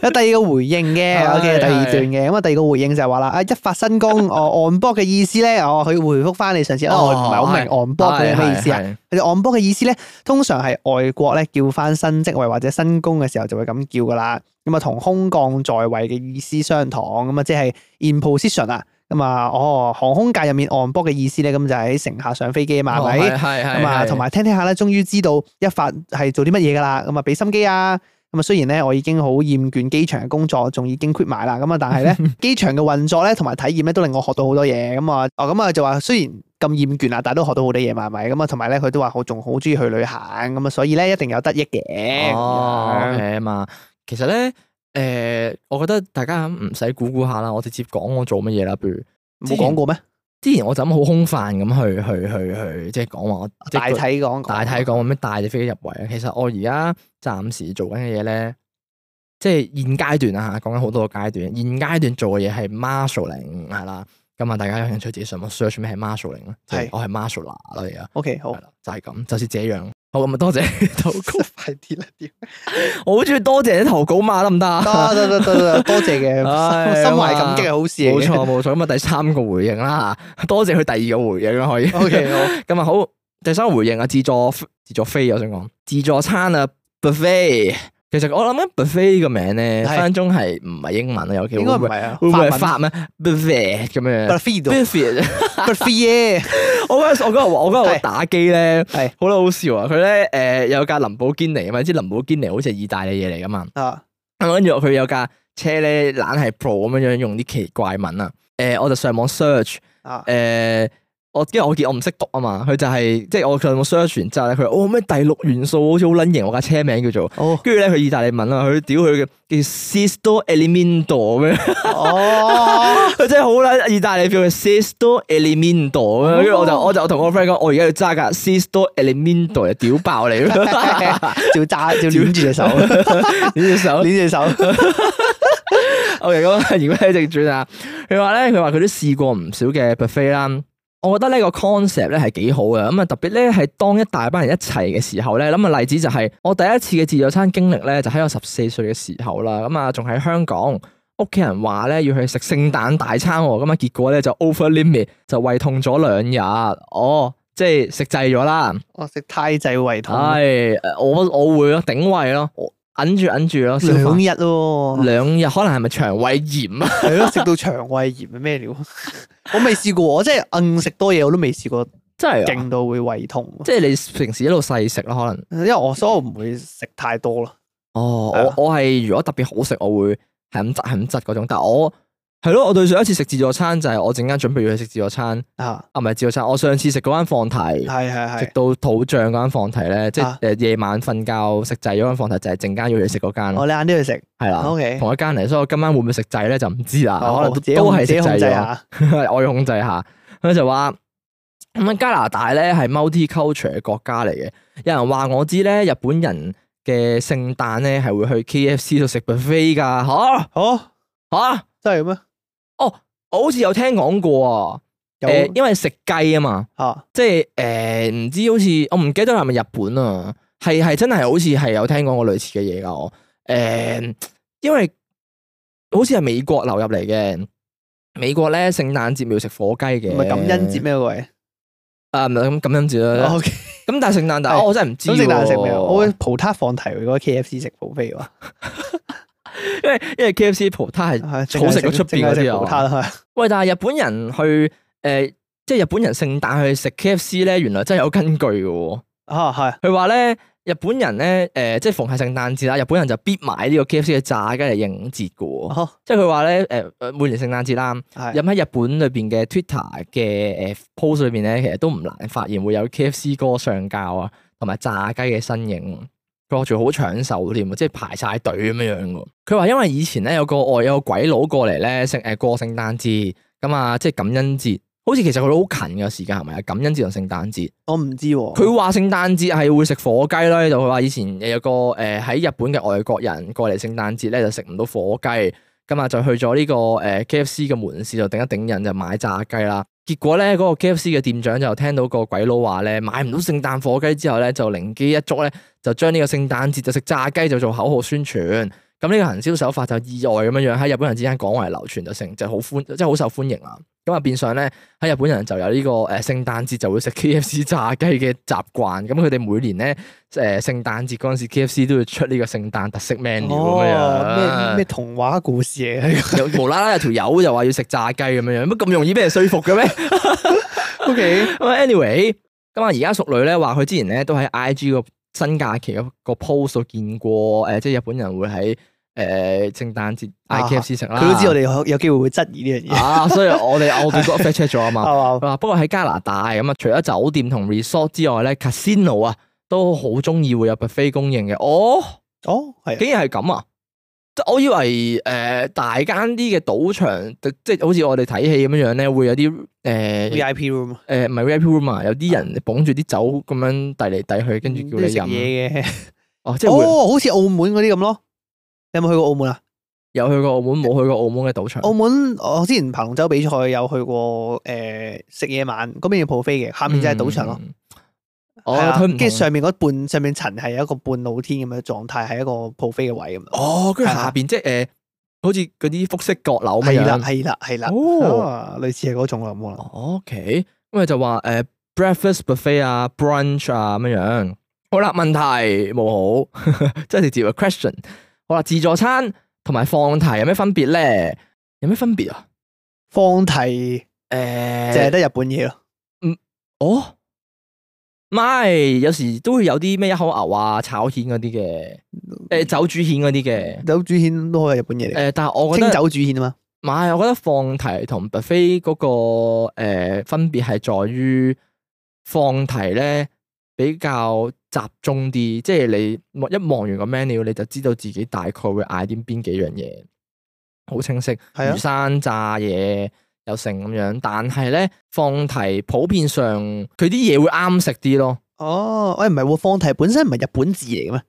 C: 有第二個回應嘅
D: 係
C: ，OK，第二
D: 係
C: 段嘅。咁啊，第二個回應就係話啦，啊，一發新工，哦， 按波嘅意思咧，哦，佢回覆翻你上次，因為哦我唔係好明
D: 哦
C: 按波佢係咩意思啊
D: 係？？係係
C: 佢哋按波嘅意思咧，通常係外國咧叫翻新職位或者新工嘅時候就會咁叫噶啦。咁啊，同空降在位嘅意思相同，咁啊，即係 in position 啊。咁啊，哦，航空界入面按波嘅意思咧，咁就係喺乘客上飛機啊嘛，係咪？
D: 哦係係
C: 咁啊，
D: 係
C: 同埋聽聽下咧，終於知道一發係做啲乜嘢噶啦。咁啊，俾心機啊。咁啊，雖然咧我已經好厭倦機場嘅工作，仲已經 quit 埋啦。咁啊，但係咧 機場嘅運作咧同埋體驗咧都令我學到好多嘢。咁啊，哦咁啊就話雖然咁厭倦啊，但係都學到好多嘢嘛，係咪？咁啊，同埋咧佢都話我仲好中意去旅行。咁啊，所以咧一定有得益嘅。嗯
D: 哦
C: 咁樣
D: ，OK 嘛，其實咧，诶、我覺得大家唔使估估下啦，我直接講我做乜嘢啦，譬如
C: 冇講過咩？
D: 之前我就咁好空泛咁去去去去，即係講話我即係
C: 大體講過
D: 大體講咩帶只飛機入圍啊。其實我而家暫時做緊嘅嘢咧，即係現階段啊吓，講緊好多個階段。現階段做嘅嘢係 marshalling 係啦，咁啊大家有興趣自己上網 search 咩係 marshalling 啦，即係
C: 係
D: 我係 marshaller 啦而家，
C: OK 好
D: 係，啦，就係咁，就是 這樣。好咁啊，多謝你投稿。
C: 快啲啦，屌
D: 我好中意多謝你投稿嘛，得唔得啊？
C: 得得得得，多謝嘅，
D: 唉
C: 心懷感激係好事嚟
D: 冇
C: 嘅。
D: 錯冇錯，咁啊第三個回應啦， 多謝佢第二個回應啦，可 以。
C: OK 好。
D: 咁啊好，第三個回應啊，自助自助飛，我想講自助餐啊，buffet。其實我諗緊 buffet 個名咧，
C: 係
D: 分分鐘係唔係英文啊？有機會
C: 應該唔
D: 會
C: 係啊，
D: 會唔會係
C: 法
D: 法咩？buffet 咁樣。
C: Buffy
D: buffet，
C: Buffy
D: 我嗰陣我嗰日我嗰日
C: 係
D: 打機咧，
C: 係
D: 好啦好笑啊！佢咧誒有架林寶堅尼啊嘛，即係林寶堅尼好似係意大利嘢嚟噶嘛。
C: 啊，
D: 咁跟住佢有架車咧，懶係 Pro 咁樣樣用啲奇怪文啊。誒、我就上網 search，誒、
C: 啊
D: 呃我因為我見我唔識讀啊嘛，佢就係、即係我上網 search 完之後咧，佢話哦咩第六元素好似好撚型，我架車名叫做。
C: 哦
D: 跟住咧，佢意大利文啊，佢屌佢嘅叫 Sisto Elemento 咁樣，
C: 哦，
D: 佢真係好撚意大利叫佢 Sisto Elemento 咁樣。跟住我就我就同我 friend 講，我而家要揸架 Sisto Elemento 嚟屌爆你，
C: 照揸照捻住隻手，
D: 你隻手
C: 捻隻手，
D: O.K. 咁言歸正傳啊，佢話咧，佢話佢都試過唔少嘅 buffet 啦。我覺得呢個 concept 咧係幾好嘅，咁啊特別咧係當一大班人一齊嘅時候咧，咁啊例子就係我第一次嘅自助餐經歷咧，就喺我十四歲嘅時候啦，咁啊仲喺香港，屋企人話咧要去食聖誕大餐喎，咁啊結果咧就 over limit 就胃痛咗兩日，哦，即係食滯咗啦，
C: 我食太仔胃痛，
D: 係我我會咯頂胃咯，忍住忍住咯，消
C: 兩
D: 化
C: 日 喎，
D: 兩日可能係咪腸胃炎啊？
C: 係咯，食到腸胃炎係咩料？ 我未試過，我真係硬食多嘢，我都未試過
D: 真係啊
C: 勁到會胃痛，
D: 即係你平時一路細食咯，可能。
C: 因為我所以我唔會食太多咯。係
D: 哦
C: 啊，
D: 我我係如果特別好食，我會係咁窒係咁窒嗰種。但係我係咯，我對上一次食自助餐就係我陣間準備要去食自助餐，
C: 啊，
D: 啊唔係自助餐，我上次食嗰間放題，
C: 係係
D: 食
C: 係，
D: 到肚脹嗰間放題咧，即
C: 啊
D: 係誒夜晚瞓覺食滯嗰間放題就係陣間要去食嗰間咯，
C: 我哦哋晏啲去食
D: 係啦，
C: ，OK，
D: 同一間嚟，所以我今晚會唔會食滯咧就唔知啦，可能
C: 我
D: 啊都
C: 哦自己控
D: 都係
C: 自
D: 食
C: 己控
D: 滯啊
C: 制
D: 咗。
C: 下，
D: 我要控制下。佢就話咁啊，加拿大咧係 multicultural 嘅國家嚟嘅。有人話我知咧，日本人嘅聖誕咧係會去 KFC 度食 buffet 噶，吓
C: 好，
D: 吓，
C: 哦真係咩？
D: 我好似有聽講過啊。誒、
C: 有
D: 因為食雞啊嘛，
C: 啊，
D: 即係誒唔知好似我唔記得咗係咪日本啊，係係真係好似係有聽講過類似嘅嘢噶我誒、因為好似係美國流入嚟嘅。美國咧聖誕節咪要食火雞嘅，
C: 唔係感恩節咩？喂
D: 啊，唔係咁感恩節啦。
C: ，OK。
D: 咁但係聖誕大，
C: 哦係
D: 哦我真係唔知
C: 咁食蛋食咩啊？
D: 喎
C: 我會葡撻放題喎，如果 K F C 食 b u f 喎，
D: 因為因為 K F C 葡撻係
C: 好
D: 好食過出邊嗰
C: 食
D: 啲
C: 葡
D: 啊。
C: 撻啊，
D: 喂，但係日本人去誒，即係日本人聖誕去食 K F C 咧，原來真係有根據嘅喎。
C: 啊係
D: 佢話咧呃日本人咧，誒、呃即係逢係聖誕節啦，日本人就必買呢個 KFC 嘅炸雞嚟應節嘅喎。
C: 哦，
D: 即係佢話咧，誒、誒每年聖誕節啦，
C: 係
D: 入喺日本裏邊嘅 Twitter 嘅誒 post 裏邊咧，其實都唔難發現會有 KFC 嗰個上教啊，同埋炸雞嘅身影。佢話仲好搶手添喎，即係排晒隊咁樣樣喎。佢話因為以前咧有個外有個鬼佬過嚟咧，聖誒過聖誕節咁啊，即係感恩節。好似其實佢都好近嘅時間係咪啊？感恩節同聖誕節。
C: 我唔知喎。
D: 佢話聖誕節係會食火雞啦，就佢話以前有個誒喺日本嘅外國人過嚟聖誕節咧就食唔到火雞，咁啊就去咗呢個誒 K F C 嘅門市就頂一頂人就買炸雞啦。結果咧嗰、個 K F C 嘅店長就聽到個鬼佬話咧買唔到聖誕火雞之後咧就靈機一觸咧就將呢個聖誕節就食炸雞就做口號宣傳。咁呢個行銷手法就意外咁樣樣喺日本人之間廣為流傳就成就好歡即係好受歡迎啦。咁啊變相咧喺日本人就有呢個誒聖誕節就會食 KFC 炸雞嘅習慣，咁佢哋每年咧誒聖誕節嗰陣時 KFC 都會出呢個聖誕特色 menu 咁
C: 哦，咩
D: 樣
C: 咩童話故事嚟嘅
D: 有無啦啦有條友就話要食炸雞咁樣樣，乜咁容易俾人說服嘅咩？
C: ？O K，
D: 咁啊，anyway，咁啊，而家淑女咧話佢之前咧都喺 IG 個新假期嗰個 post 度見過，誒、即係日本人會喺誒、聖誕節
C: 啊
D: IKFC 食啦，
C: 佢都知我哋有有機會會質疑呢樣嘢，
D: 啊，所以我哋我哋 fact check 咗 啊嘛。
C: 係嘛？
D: 啊，不過喺加拿大咁啊，除咗酒店同 resort 之外咧，casino 啊都好中意會有 buffet 供應嘅。哦，
C: 哦，係啊
D: 竟然係咁啊！即係我以為誒、呃大間啲嘅賭場，即係好似我哋睇戲咁樣樣咧，會有啲誒、
C: ，V I P room
D: 誒唔係 VIP room 啊，有啲人捧住啲酒咁樣遞嚟遞去，跟住
C: 都要嗯食
D: 叫你飲。
C: 嘢嘅。
D: 哦，即係會
C: 哦，好似澳門嗰啲咁咯。你有冇去過澳門啊？
D: 有去過澳門，冇去過澳門嘅賭場。
C: 澳門我之前爬龍舟比賽有去過，誒食夜晚嗰邊要 buffet 嘅，下面就係賭場咯。
D: 嗯。
C: 係
D: 哦，
C: 啊
D: 佢唔
C: 跟住
D: 同
C: 上面嗰半上面層係一個半露天咁嘅狀態，係一個 buffet 嘅位咁樣。
D: 哦，跟住
C: 係
D: 下
C: 啊
D: 邊即係誒，好似嗰啲複式閣樓咁
C: 係啦，
D: 樣。
C: 係啦，係啦。
D: 哦
C: 啊類似係嗰種啦，冇啦。
D: 哦 OK，咁咪就話誒 breakfast buffet 啊、brunch 啊咁樣樣。好啦，問題冇好， 即係直接嘅啊 question。好啦，自助餐同埋放題有咩分別咧？有咩分別啊？
C: 放題
D: 誒，
C: 就係得日本嘢咯。
D: 哦，唔係，有時都會有啲咩一口牛啊、炒蜆嗰啲嘅，
C: 嗯
D: 誒酒煮蜆嗰啲嘅，
C: 酒煮蜆都可以係日本嘢嚟嘅，
D: 誒但係我覺
C: 嗯清
D: 得
C: 酒煮蜆啊嘛。
D: 唔係，我覺得放題同 buffet 嗰個誒分別係在於放題咧比較集中啲，即係你望一望完個 menu 你就知道自己大概會嗌啲邊幾樣嘢，好清晰。
C: 係啊
D: 魚生炸嘢有成咁樣，但係咧放題普遍上佢啲嘢會啱食啲咯。
C: 哦，喂，唔係喎，放題本身唔係日本字嚟嘅咩？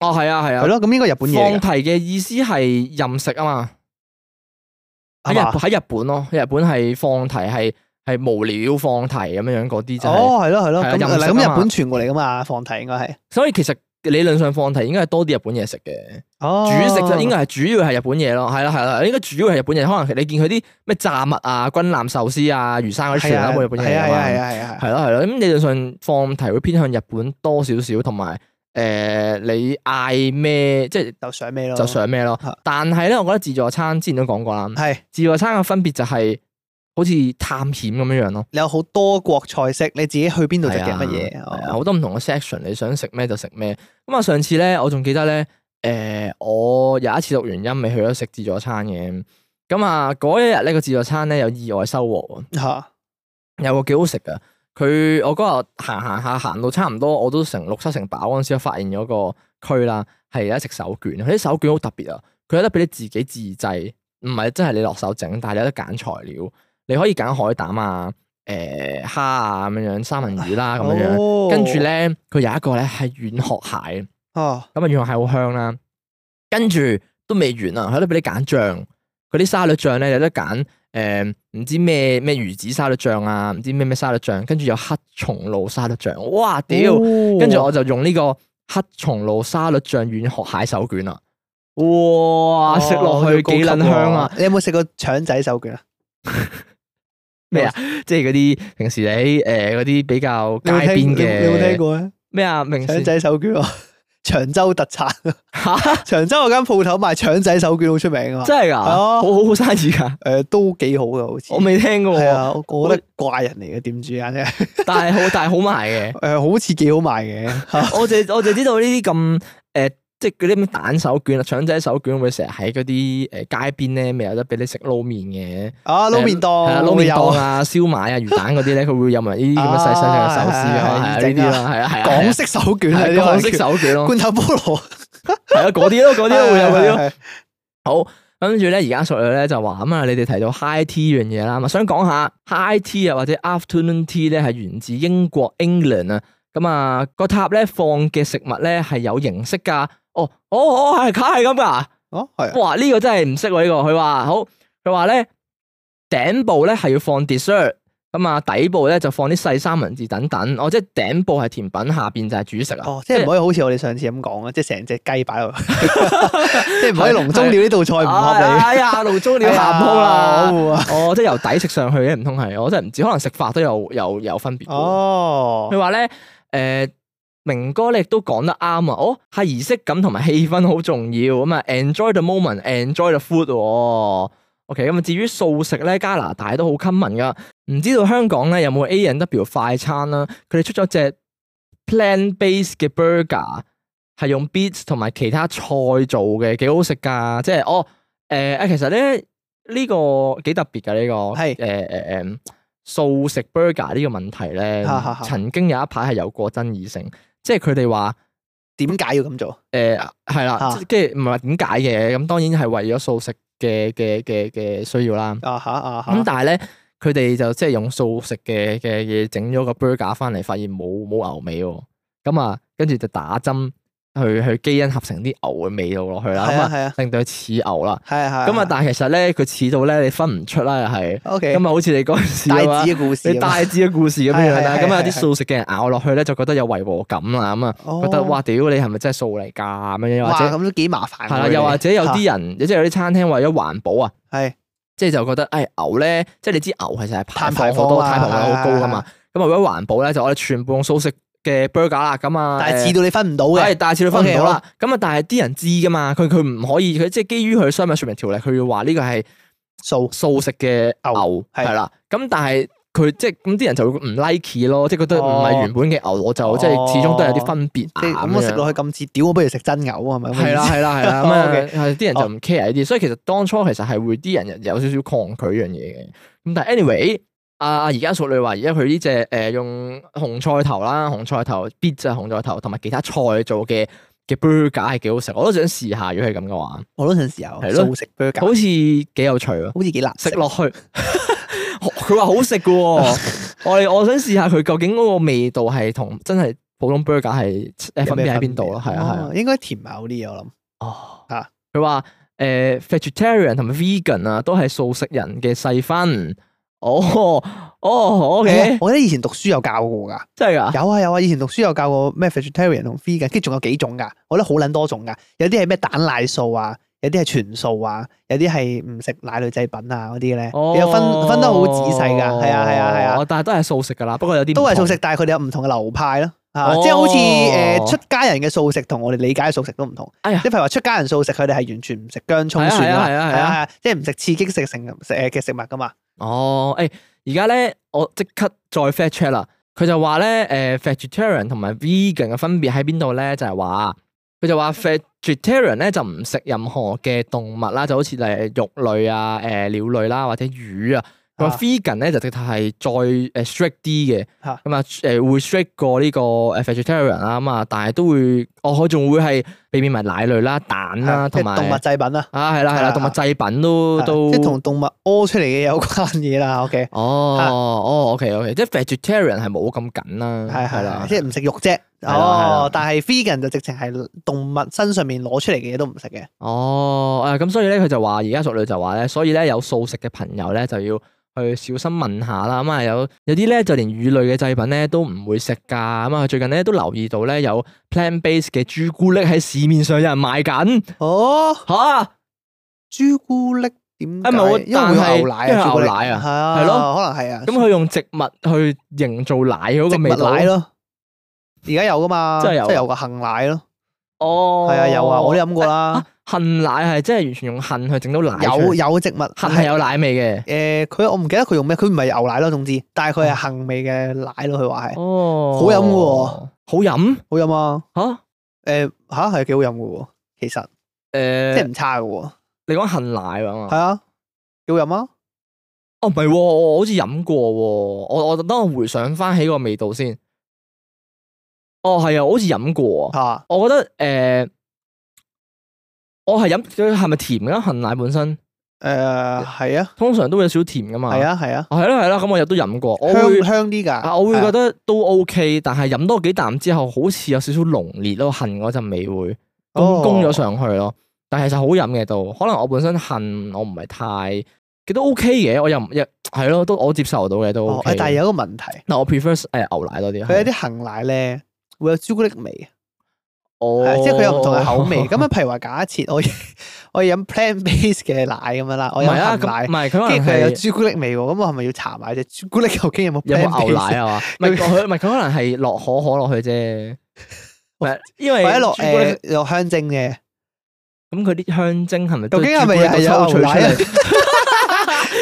D: 哦，係啊，係啊，
C: 係咯，咁應該日本嘢嚟
D: 放
C: 㗎
D: 題嘅意思係任食啊嘛，喺
C: 係
D: 日
C: 嘛？
D: 喺日本咯，日本係放題係係無聊放題咁樣樣嗰啲就係，
C: 哦，係咯，係咯，
D: 係啊
C: 咁
D: 任食
C: 嗱
D: 啊嘛
C: 咁日本傳過嚟噶嘛，放題應該係。
D: 所以其實理論上放題應該係多啲日本嘢食嘅，
C: 哦
D: 主食就應該係主要係日本嘢咯，係啦係啦，應該主要係日本嘢，可能你見佢啲咩炸物啊、軍艦壽司啊、魚生嗰啲全部都係日本嘢
C: 係啊
D: 嚟
C: 係
D: 㗎
C: 啊係
D: 嘛，
C: 啊係啊係啊。
D: 係咯係咯，咁理論上放題會偏向日本多少少，同埋誒你嗌咩即係
C: 就上咩咯？
D: 就上咩咯
C: 啊，
D: 但係咧我覺得自助餐之前都講過啦。
C: 係
D: 自助餐嘅分別就係好似探險咁樣樣咯，
C: 你有好多國菜式，你自己去邊度食
D: 係
C: 嘅
D: 啊
C: 乜嘢？
D: 係啊
C: 哦
D: 好多唔同嘅 section，你想食咩就食咩。咁啊，上次咧我仲記得咧，誒、我有一次錄完音咪去咗食自助餐嘅，咁啊嗰一日呢個自助餐咧有意外收穫喎，
C: 嚇
D: 有個幾好食噶。佢我嗰日行行下行到差唔多，我都成六七成飽嗰陣時，我發現咗個區啦，係有一隻手卷，佢啲手卷好特別啊！佢有得俾你自己自製，唔係真係你落手整，但係你有得揀材料，你可以揀海膽啊、誒、蝦啊咁樣樣、三文魚啦咁樣樣。
C: 哦
D: 跟住咧，佢有一個咧係軟殼蟹，
C: 哦
D: 咁啊軟殼蟹好香啦。跟住都未完啊，佢都俾你揀醬，嗰啲沙律醬咧有得揀，誒、唔知咩咩魚子沙律醬啊，唔知咩咩沙律醬，跟住有黑松露沙律醬，哇屌！
C: 哦
D: 跟住我就用呢個黑松露沙律醬軟殼蟹手卷啦。哇！食落
C: 哦
D: 去幾撚香啊！！
C: 你有冇食過腸仔手卷啊？
D: 咩啊？即係嗰啲平時你誒嗰啲比較街
C: 你有冇聽
D: 邊
C: 你有冇聽
D: 嘅
C: 過啊？
D: 咩啊？明
C: 腸
D: 時
C: 仔手卷啊， 長洲特產。啊
D: 吓，
C: 長洲有間鋪頭賣腸仔手卷好出名啊嘛。
D: 真係㗎，
C: 係啊
D: 好好好生意㗎，
C: 誒都幾好嘅，好似
D: 我未聽過
C: 係
D: 喎，
C: 啊，我我覺得怪人嚟嘅店主啊，真係
D: 但係好但係好賣嘅。
C: 誒好似幾好賣嘅，啊
D: 我就我就知道呢啲咁誒，即係嗰啲咩蛋手卷啊、腸仔手卷，會成日喺嗰啲誒街邊咧，咪有得俾你食撈麵嘅。
C: 啊撈麵
D: 係啊
C: 檔，
D: 撈麵
C: 有
D: 檔啊、燒賣啊、魚蛋嗰啲咧，佢會有埋呢啲咁嘅細細嘅手撕啊，係
C: 啊
D: 啊
C: 係
D: 呢
C: 係
D: 啲啦，係啊係啊，
C: 港式手卷啊，
D: 係
C: 呢個
D: 啊港式手卷咯，
C: 罐頭菠蘿，
D: 係啊嗰啲咯，嗰啲咯會有嗰啲咯。
C: 係係
D: 跟住咧，而家索女咧就話咁啊，你哋提到 high tea 呢樣嘢啦，咁啊想講下 high tea 啊或者 afternoon tea 咧係源自英國 England 啊，咁啊個塔咧放嘅食物咧係有形式噶，哦哦哦係卡係咁噶，
C: 哦係啊
D: 哇呢、個真係唔識喎呢個，佢話好佢話咧頂部咧係要放 dessert，咁啊底部咧就放啲細三文治等等，哦即係頂部係甜品，下邊就係主食啊，
C: 哦，即係唔可以好似我哋上次咁講啊，即係成隻雞擺落 去，即係唔可以籠中料呢道菜唔合理。
D: 哎呀路 中了鹹空啦。
C: 好啊
D: 哦，即係由底食上去嘅，唔通係？我真係唔知，可能食法都有有有分別嘅。
C: 哦
D: 佢，話咧，誒、明哥你亦都講得啱啊！哦，係儀式感同埋氣氛好重要咁啊，enjoy the moment，enjoy the food 喎、OK，咁啊，至於素食咧，加拿大都好 common 噶。唔知道香港咧有冇 A and W 快餐啦？佢哋出咗隻 plant base 嘅 burger，係用 beets 同埋其他菜做嘅，幾好食㗎。即係哦，誒、啊，其實咧呢、個幾特別㗎呢、個
C: 係
D: 誒誒誒素食 burger 呢個問題咧
C: 哈哈，哈
D: 曾經有一排係有過爭議性，即係佢哋話。
C: 點解要咁做？
D: 誒係啦，
C: 啊
D: 即跟住唔係話點解嘅，咁當然係為咗素食嘅嘅嘅嘅需要啦。
C: 啊吓啊
D: 咁
C: 吓，
D: 但係咧，佢哋就即係用素食嘅嘅嘢整咗個 burger 翻嚟，發現冇冇牛味喎。咁啊，跟住就打針去去基因合成啲牛嘅味道落去啦，
C: 係
D: 咁
C: 啊
D: 啊
C: 係啊
D: 令到佢似牛啦。
C: 係啊係啊。
D: 咁啊，但係其實咧，佢似到咧，你分唔出啦，又係。
C: O K，
D: 咁啊，好似你嗰陣時
C: 帶
D: 嘅
C: 子
D: 話
C: 嘅故事啊
D: 你
C: 嘛，
D: 大致嘅故事咁樣樣啦，
C: 係係係
D: 咁啊有
C: 係
D: 啲素食嘅人咬落去咧，就覺得有違和感啦，咁啊
C: 哦
D: 覺得哇屌你係咪真係素嚟㗎咁樣，又
C: 哇
D: 或者
C: 咁都幾麻煩喎。
D: 係啦，又或者有啲人即係有啲餐廳為咗環保啊，
C: 係
D: 即係就覺得誒牛咧，即係你知牛其實係排
C: 碳排放
D: 放好多
C: 啊
D: 碳排放好高㗎嘛，咁啊為咗環保咧，就我哋全部用素食嘅 burger 啦，咁啊
C: 但
D: 誒哎
C: 係至到你分唔到
D: 係，
C: 嘅，
D: 但係次你分唔到
C: OK，
D: 啦。咁啊，但係啲人知噶嘛，佢佢唔可以，佢即係基於佢商品說明條例，佢要話呢個係
C: 數
D: 素食嘅牛
C: 係
D: 係啦。咁但係佢即係咁啲人就會唔 like 咯，即係覺得唔係
C: 哦
D: 原本嘅牛，我就即係始終都有啲分別啊
C: 即係咁我食落
D: 樣
C: 去咁似屌，我不如食真牛啊，係咪咁嘅意思？
D: 係啦，係啦， 係啦，咁
C: 哦
D: 啊
C: ，OK
D: 係啲人就唔 care 呢啲，所以其實當初其實係會啲人有少少抗拒呢樣嘢嘅。咁但係 anyway，啊啊而家淑女話而家佢呢隻誒用紅菜頭啦，紅菜頭 bit 啊，紅菜頭同埋其他菜做嘅嘅 burger 係幾好食，我都想試下。如果係咁嘅話，
C: 我嗰陣時候
D: 係咯
C: 素食 burger，
D: 好似幾有趣喎。
C: 好似幾難
D: 食落去，佢話好食嘅喎。 我哋我想試下佢究竟嗰個味道係同真係普通 burger 係誒分別喺邊度咯？係啊係啊
C: 哦。應該甜口啲我諗。
D: 哦，
C: 啊
D: 佢話誒 vegetarian 同埋 vegan 啊，都係素食人嘅細分。哦，哦
C: 係啊
D: ，OK，
C: 我記得以前讀書有教過㗎，
D: 真係噶，
C: 有啊有啊，以前讀書有教過咩 vegetarian 同 vegan，跟住仲有幾種㗎，我覺得好撚多種㗎，有啲係咩蛋奶素啊，有啲係全素啊，有啲係唔食奶類製品啊嗰啲咧，
D: 哦
C: 有分分得好仔細㗎，係啊係啊係啊
D: 哦，但係都係素食噶啦，不過有啲唔
C: 都係素
D: 同
C: 食，，但係佢哋有唔同嘅流派咯。啊，
D: 哦
C: 即係好似誒出家人嘅素食同我哋理解嘅素食都唔同。
D: 哎呀
C: 即係譬如話出家人素食，佢哋係完全唔食薑葱
D: 係啊
C: 蒜啦，
D: 係啊係啊係啊
C: 係啊，即係唔食刺激食成食誒嘅食物噶嘛。
D: 哦，誒，而家咧，我即刻再 fact check 啦。佢就話咧，誒、vegetarian 同埋 vegan 嘅分別喺邊度咧？就係話，佢就話 vegetarian 咧就唔食任何嘅動物啦，就好似誒肉類啊、誒、鳥類啦或者魚啊。佢話
C: 啊
D: vegan 咧就直頭係再誒 strict 啲嘅，
C: 啊
D: 咁啊誒會 strict 過呢個誒 vegetarian 啦，咁啊但係都會，哦佢仲會係避免埋奶類啦、蛋啦，
C: 啊即
D: 同
C: 係動物
D: 埋
C: 製品啦，
D: 啊係啦係啦，
C: 啊
D: 動物製品都
C: 啊
D: 都
C: 即係同動物屙出嚟嘅有關嘢啦。OK，
D: 哦，哦，OK OK，即係 vegetarian 係冇咁緊啦，
C: 係係啦
D: 嗯啦，，
C: 即係唔食肉啫。
D: 係啦係啦
C: 哦，但係 vegan 就直情係動物身上面攞出嚟嘅嘢都唔食嘅。
D: 哦，誒咁所以咧，佢就話而家淑女就話咧，所以咧有素食嘅朋友咧就要去小心問下啦，咁啊有有啲咧就連魚類嘅製品咧都唔會食㗎，咁啊最近咧都留意到咧有 plant base 嘅朱古力喺市面上有人賣緊
C: 哦，
D: 吓，
C: 朱古力點解？
D: 啊唔係我
C: 因為會
D: 但係
C: 有牛奶
D: 因為
C: 啊，朱古力
D: 牛奶啊
C: 係啊，
D: 係咯
C: 可能係啊。
D: 咁佢用植物去營造奶嗰個
C: 植
D: 味
C: 物
D: 道
C: 奶咯，而家有噶嘛，
D: 真係有啊
C: 即係有個杏奶咯，
D: 哦，
C: 係啊，有啊，我都飲過啦
D: 啊。杏奶係真係完全用杏去整到奶出嚟，
C: 有有植物
D: 杏係有奶味
C: 誒，
D: 嘅。
C: 佢我唔記得佢用咩，佢唔係牛奶咯，總之，但係佢係杏味嘅奶咯，佢話係
D: 哦，
C: 好飲㗎喎
D: 好飲
C: 好飲啊。
D: 吓？
C: 誒嚇係幾好飲嘅喎，其實即係
D: 誒，
C: 唔差嘅喎，
D: 你講杏奶啊嘛？
C: 係啊，幾好飲啊！
D: 哦，唔係喎，我好似飲過喎。我我等我回想翻起個味道先。哦，係啊，我好似飲過啊。
C: 嚇
D: 我覺得誒，我係飲佢係咪甜嘅杏奶本身？哦
C: 誒係啊
D: 通常都會有少少甜噶嘛。
C: 係啊係啊，
D: 哦，係啦係啦，咁我亦都飲過，我會
C: 香香啲㗎，
D: 啊，我會
C: 係啊
D: 覺得都 OK，但係飲多幾啖之後，好似有少少濃烈咯，杏嗰陣味會
C: 哦
D: 供供咗上去咯。但係其實好飲嘅都，可能我本身杏我唔係太，其實都 OK 嘅，我又唔又係咯，都我接受到嘅都
C: 哦
D: OK 嘅。
C: 但係有一個問題，
D: 嗱，我 prefer 誒牛奶多啲。啊
C: 佢有啲杏奶咧會有朱古力味，係啊
D: 哦，
C: 即係佢有唔同嘅口 味。咁啊，譬如話假設我 我飲 plant base 嘅奶咁樣啦，我
D: 唔
C: 飲
D: 係啊，
C: 杏
D: 咁
C: 奶
D: 唔，係佢
C: 跟
D: 可能
C: 住佢有
D: 係
C: 朱古力味喎，咁我係咪要查埋隻朱古力究竟有冇
D: 有
C: plant
D: 冇牛
C: base？
D: 奶啊嘛？唔係佢唔係佢可能係落可可落去啫。唔係因 為
C: 哦或者落
D: 朱古力
C: 誒落香精嘅，
D: 咁佢啲香精係咪都
C: 究竟係咪又係
D: 朱古力度抽
C: 有牛
D: 取出
C: 奶啊
D: 嚟？？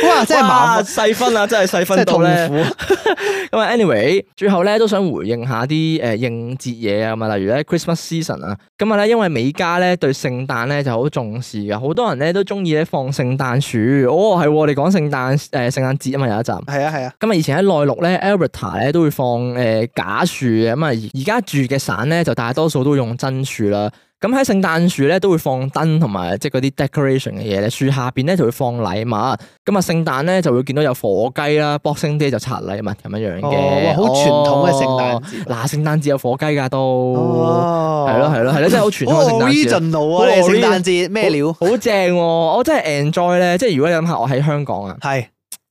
C: 哇！真係麻
D: 哇
C: 木，
D: 細分 啊，真係細
C: 真係
D: 分到
C: 痛
D: 咧。
C: 苦。
D: 咁啊，anyway，最後咧都想回應下啲誒應節嘢啊，咁啊，例如咧 Christmas season 啊，咁啊咧，因為美加咧對聖誕咧就好重視嘅，好多人咧都中意咧放聖誕樹。哦，係喎，我哋講聖誕誒、聖誕節啊嘛有一集。
C: 係啊係啊，
D: 咁啊，以前喺內陸咧，Alberta 咧都會放誒、假樹嘅，咁啊而而家住嘅省咧就大多數都會用真樹啦。咁喺聖誕樹咧都會放燈同埋即係嗰啲 decoration 嘅嘢咧，樹下邊咧就會放禮物。咁啊聖誕咧就會見到有火雞啦，Boxing Day 就拆禮物咁樣樣嘅。
C: 哦，哇，好傳統嘅聖誕
D: 哦。
C: 節。
D: 嗱，聖誕節有火雞㗎都，
C: 哦，
D: 係咯係咯係咯，真係好傳統嘅聖
C: 好
D: 誕節。
C: original 啊！你
D: 好
C: 聖誕節咩料？
D: 好正喎！我真係 enjoy 咧，即係如果你諗下我喺香港啊。
C: 係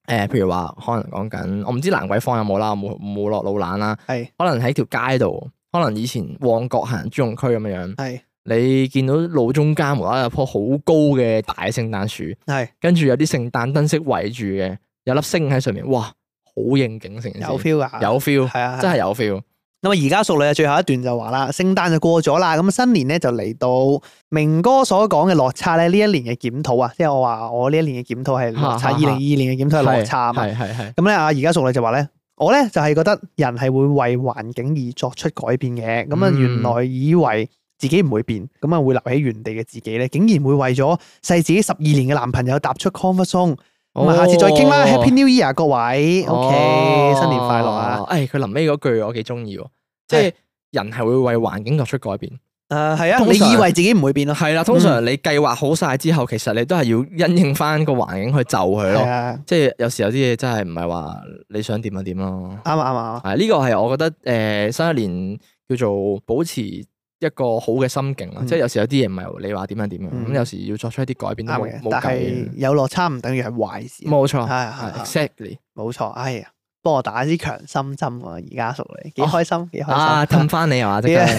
D: 誒、譬如話，可能講緊，我唔知蘭桂坊有冇啦，我冇冇落老蘭啦。
C: 係
D: 可能喺條街度，可能以前旺角行專用區咁樣樣，
C: 係
D: 你見到路中間無啦啦有棵好高嘅大聖誕樹，
C: 係
D: 跟住有啲聖誕燈飾圍住嘅，有粒星喺上面，哇，好應景成件事
C: 有 feel 㗎，
D: 嗯有 feel，
C: 係啊，
D: 真係有 feel。
C: 咁啊，而家熟女嘅最後一段就話啦，聖誕就過咗啦，咁新年咧就嚟到明哥所講嘅落差咧，呢一年嘅檢討啊，即係我話我呢一年嘅檢討係落差，
D: 哈哈
C: 二零二二年嘅檢討係落差啊嘛。
D: 係係係，
C: 咁咧啊，而家熟女就話咧，我咧就係覺得人係會為環境而作出改變嘅，咁啊
D: 嗯
C: 原來以為自己唔會變，咁啊會留喺原地嘅自己咧，竟然會為咗細自己十二年嘅男朋友踏出 comfort zone，咁啊下次再傾啦
D: 哦
C: ，Happy New Year 啊各位
D: 哦
C: ，OK，新年快樂啊！！
D: 誒，佢臨尾嗰句我幾中意喎，即係人係會為環境作出改變。
C: 誒係啊，
D: 通
C: 你
D: 常
C: 以為自己唔會變咯？
D: 係啦，通
C: 嗯
D: 常你計劃好晒之後，其實你都係要因應翻個環境去就佢
C: 係
D: 咯。
C: 啊，
D: 即係有時有啲嘢真係唔係話你想點就點咯。
C: 啱啊啱啊啱啊，
D: 係呢個係我覺得诶、呃新一年叫做保持一個好嘅心境啦。啊
C: 嗯
D: 即係有時有啲嘢唔係你話點就點樣，咁、
C: 嗯
D: 有時要作出一啲改變都
C: 啱
D: 冇
C: 嘅。
D: 冇
C: 但
D: 計
C: 係
D: 嘅。
C: 有落差唔等於係壞事。啊
D: 冇啊錯，
C: 係
D: 係
C: 係係
D: exactly
C: 冇錯，哎呀，幫我打支強心針啊！而家熟你幾
D: 哦
C: 開心，幾
D: 啊，
C: 開心
D: 氹。翻你啊，即刻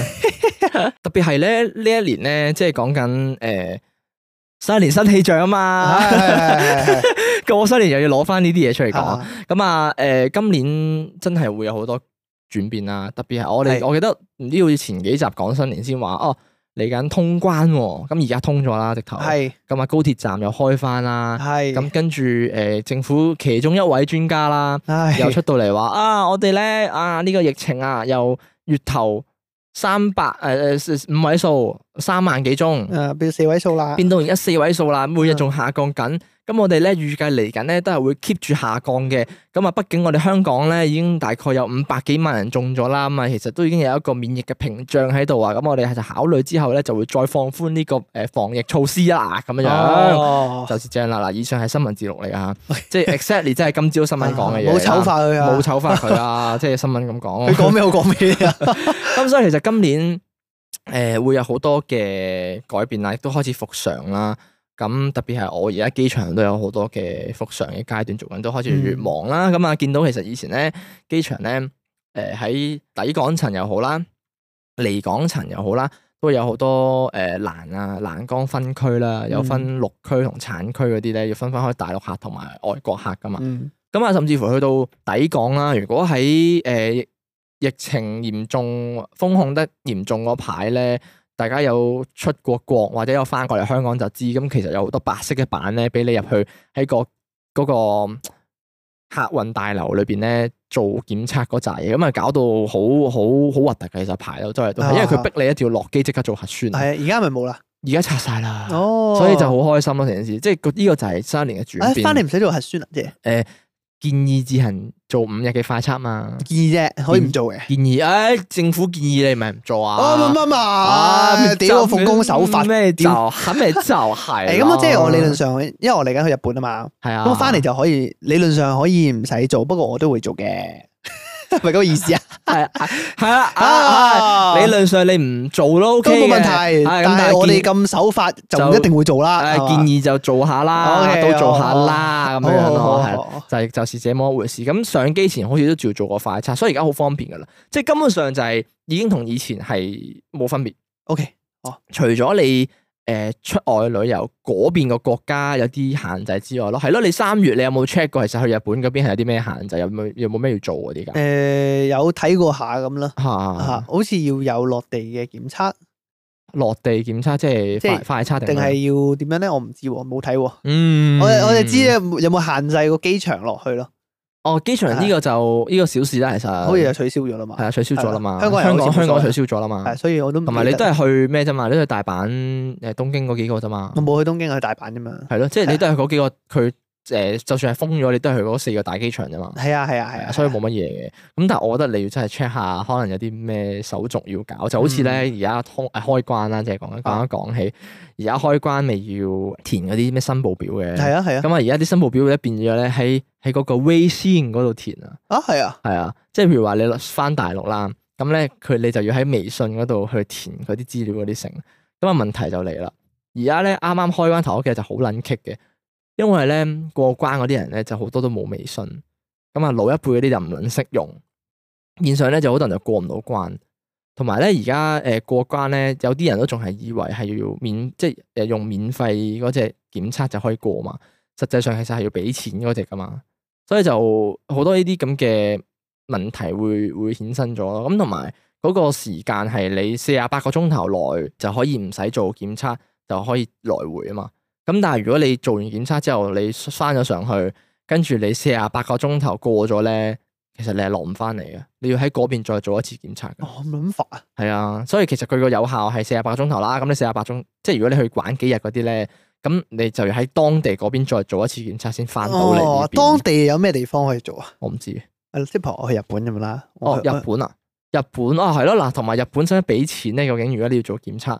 D: 特別係咧呢一年咧，即係講緊诶新一年新氣象啊嘛。
C: 係係係係係
D: 過新年又要攞翻呢啲嘢出嚟講。
C: 啊
D: 咁啊，誒、今年真係會有好多轉變啦，特別係我哋，
C: 係
D: 我記得唔知好似前幾集講新年先話哦，嚟緊通關喎、咁而家通咗啦，直頭，
C: 係
D: 咁啊高鐵站又開翻啦，
C: 係
D: 咁跟住誒、政府其中一位專家啦，
C: 唉
D: 又出到 嚟話啊，我哋咧啊呢、個疫情啊，又月頭三百呃誒誒五位數三萬幾宗。
C: 誒變啊四位數啦，
D: 變到而家四位數啦，每日仲下降緊。咁我哋咧預計嚟緊咧都係會 keep 住下降嘅。咁啊，畢竟我哋香港咧已經大概有五百幾萬人中咗啦，咁啊其實都已經有一個免疫嘅屏障喺度啊。咁我哋係就考慮之後咧就會再放寬呢個誒防疫措施啦，咁樣樣。
C: 哦
D: 就是這樣啦，嗱，以上係新聞節錄 嚟噶，即係 exactly 即係今朝新聞講嘅嘢，
C: 冇醜，化佢啊！
D: 冇醜化佢啊，即係新聞咁講。
C: 佢講咩我講咩 啊！
D: 咁所以其實今年誒、呃、會有好多嘅改變啦，亦都開始復常啦。咁特別係我而家機場都有好多嘅復常嘅階段做緊，都開始越嚟越忙啦。咁啊、見到其實以前咧機場咧誒喺抵港層又好啦，離港層又好啦，都有好多誒欄啊欄杆分區啦，有分陸區同產區嗰啲咧，要分翻開大陸客同埋外國客噶嘛。
C: 嗯
D: 咁啊，甚至乎去到抵港啦。如果喺誒、呃疫疫情嚴重、封控得嚴重嗰排咧，大家有出過國或者有翻過嚟香港就知，咁其實有好多白色嘅板咧，俾你入去喺個嗰、個客運大樓裏邊咧做檢測嗰扎嘢，咁啊搞到好好好核突嘅，其實排到周圍都係，因為佢逼你一定要落機即刻做核酸，
C: 啊係啊，而家咪冇啦。
D: 而家拆晒啦，
C: 哦，
D: 啊所以就好開心咯成件事，即係個呢個就係三年嘅轉
C: 誒
D: 變。
C: 翻嚟唔使做核酸啦，啫，
D: 呃建議自行做五日嘅快測嘛，
C: 建議啫，可以唔做嘅。
D: 建議誒、唉政府建議你咪唔做啊。
C: 哦，乜乜
D: 啊
C: 啊！屌我奉公守法。
D: 咩就
C: 屌
D: 係咪就係
C: 誒，咁我即係我理論上，因為我嚟緊去日本啊嘛，
D: 係啊，
C: 咁我翻嚟就可以理論上可以唔使做，不過我都會做嘅，係咪咁嘅意思啊？
D: 係啊 係啊啊，啊理論上你唔做都 OK
C: 都冇問
D: 嘅
C: 題，
D: 係咁
C: 但係我哋
D: 建
C: 咁守法就唔一定會做啦。係
D: 誒
C: 嘛
D: 建議就做下啦，
C: OK，哦
D: 都做下啦咁
C: 好
D: 樣
C: 好好
D: 咯，係
C: 好
D: 啊
C: 好
D: 就係就是這麼一回事。咁上機前好似都照做過快測，所以而家好方便噶啦，即係根本上就係已經同以前係冇分別。
C: OK，
D: 除咗你誒、呃出外旅遊嗰邊個國家有啲限制之外咯，係咯，你三月你有冇 check 過？其實去日本嗰邊係有啲咩限制？有冇有冇咩要做嗰啲㗎？
C: 誒有睇過下咁啦，嚇
D: 嚇，
C: 好似要有落地嘅檢測，
D: 落地檢測即係
C: 即係
D: 快快測定
C: 定係
D: 咩
C: 要點樣咧？我唔知喎，冇睇喎。
D: 嗯，
C: 我我哋知啊有冇有冇限制個機場落去咯，
D: 哦，機場呢個就呢個小事啦，其實
C: 好似就取消咗啦嘛
D: 係。啊，取消咗啦嘛，
C: 係啦
D: 香
C: 香港人
D: 港
C: 好似
D: 香
C: 冇所謂
D: 港取消咗啦嘛，
C: 係，所以我都唔
D: 同埋你
C: 記
D: 都
C: 得
D: 係去咩啫嘛？你都係大阪誒東京嗰幾個啫嘛
C: 我，冇去東京，我去大阪啫嘛。
D: 係咯，即係你
C: 係
D: 都係嗰幾個佢誒，就算係封咗，你都係去嗰四個大機場啫嘛。
C: 係啊係啊
D: 係
C: 係
D: 啊，
C: 啊，
D: 所以冇乜嘢嘅。咁但係我覺得你要真係 check 下，可能有啲咩手續要搞，就好
C: 嗯
D: 似咧而家通誒開關啦，即係講
C: 啊
D: 講一講起，而家開關咪要填嗰啲咩申報表嘅。
C: 係啊係啊
D: 咁啊，而家啲申報表咧變咗咧喺喺嗰個 Weixin 嗰度填啊，
C: 啊係啊，
D: 係啊，即係譬如話你落翻大陸啦，咁咧佢你就要喺微信嗰度去填嗰啲資料嗰啲成，咁啊問題就嚟啦。而家咧啱啱開關頭嗰幾日就好撚棘嘅，因為咧過關嗰啲人咧就好多都冇微信，咁啊老一輩嗰啲就唔撚識用，現上咧就好多人就過唔到關，同埋咧而家誒過關咧有啲人都仲係以為係要免即係誒用免費嗰隻檢測就可以過嘛，實際上其實係要俾錢嗰隻噶嘛，所以就好多呢啲咁嘅問題會會衍生咗咯，咁同埋。嗰個時間係你四十八個鐘頭內就可以唔使做檢測，就可以來回啊嘛。咁但係如果你做完檢測之後，你翻咗上去，跟住你四十八個鐘頭過咗咧，其實你係落唔翻嚟嘅，你要喺嗰邊再做一次檢測嘅。
C: 我諗法啊，
D: 係啊，所以其實佢個有效係四十八個鐘頭啦。咁你四十八鐘，即係如果你去玩幾日嗰啲咧，咁你就要喺當地嗰邊再做一次檢測先翻到嚟呢
C: 哦，
D: 邊。
C: 當地有咩地方可以做啊？
D: 我唔知。
C: 誒，即係譬如我去日本咁啦，我
D: 哦，
C: 去
D: 日本啊，日本啊，係咯嗱，同埋日本使唔使俾錢咧？究竟如果你要做檢測？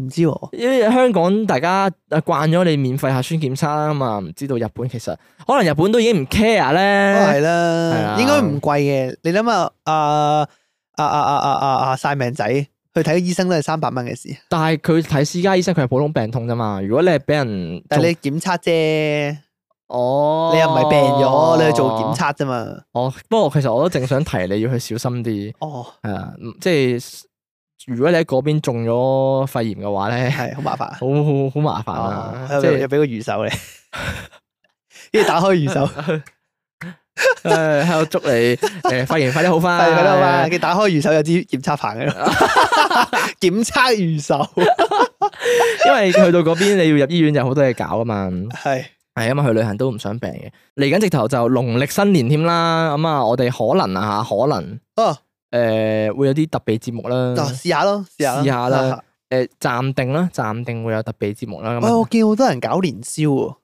C: 唔知喎，
D: 因為香港大家啊慣咗你免費核酸檢測啦嘛，唔知道日本其實可能日本都已經唔 care
C: 都哦係
D: 咧，係啊
C: 啦，應該唔貴嘅。你諗下，啊啊啊啊啊啊啊晒命仔去睇個醫生都係三百蚊嘅事，
D: 但係佢睇私家醫生佢係普通病痛啫嘛。如果你係俾人
C: 但係
D: 做
C: 你檢測啫，
D: 哦，
C: 你又唔係病咗，你去做檢。測啫嘛。
D: 哦，不過其實我都正想提你要去小心啲，
C: 哦，
D: 係啊，嗯即係如果你喺嗰邊中咗肺炎嘅話咧，
C: 係好麻煩啊。
D: 好好好麻煩
C: 哦
D: 啊，
C: 又
D: 即
C: 俾又
D: 係
C: 俾個魚手你，跟住打開魚手，
D: 唉喺度祝你誒肺炎快啲好翻，
C: 係咪啦嘛？啊跟住打開魚手有支檢測棒 喺度，檢測魚手
D: 因為去到嗰邊你要入醫院有好多嘢搞啊嘛。
C: 係
D: 係啊因為去旅行都唔想病嘅，嚟緊直頭就農曆新年添啦，咁啊，我哋可能啊吓，可能
C: 哦，
D: 誒、會有啲特別節目啦，
C: 嗱試下咯，試下
D: 嗯試下啦
C: 啊
D: 誒暫、定啦，暫定會有特別節目啦。咁
C: 喂，我
D: 啊，
C: 見好多人搞年宵喎，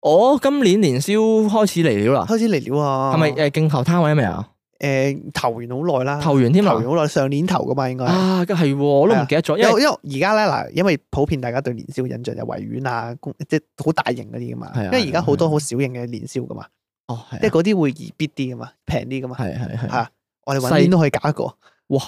D: 我今年年宵開始嚟料啦，
C: 開始嚟料啊，
D: 係咪誒競投攤位未啊？
C: 誒投完好耐啦，
D: 投完添
C: 啊投
D: 啦
C: 完，好耐，上年投噶嘛應該係。
D: 啊，係喎，我都唔記得咗，因
C: 因為
D: 為
C: 因為而家咧嗱，因為普遍大家對年宵嘅印象就維園啊，公即係好大型嗰啲噶嘛。
D: 係啊
C: 因為而家好多好小型嘅年宵噶嘛，
D: 哦
C: 即
D: 係
C: 係
D: 啊
C: 嗰啲會易啲啲噶嘛，平啲噶嘛。
D: 係係係，
C: 係我哋
D: 細
C: 揾年都可以搞一個，
D: 哇哇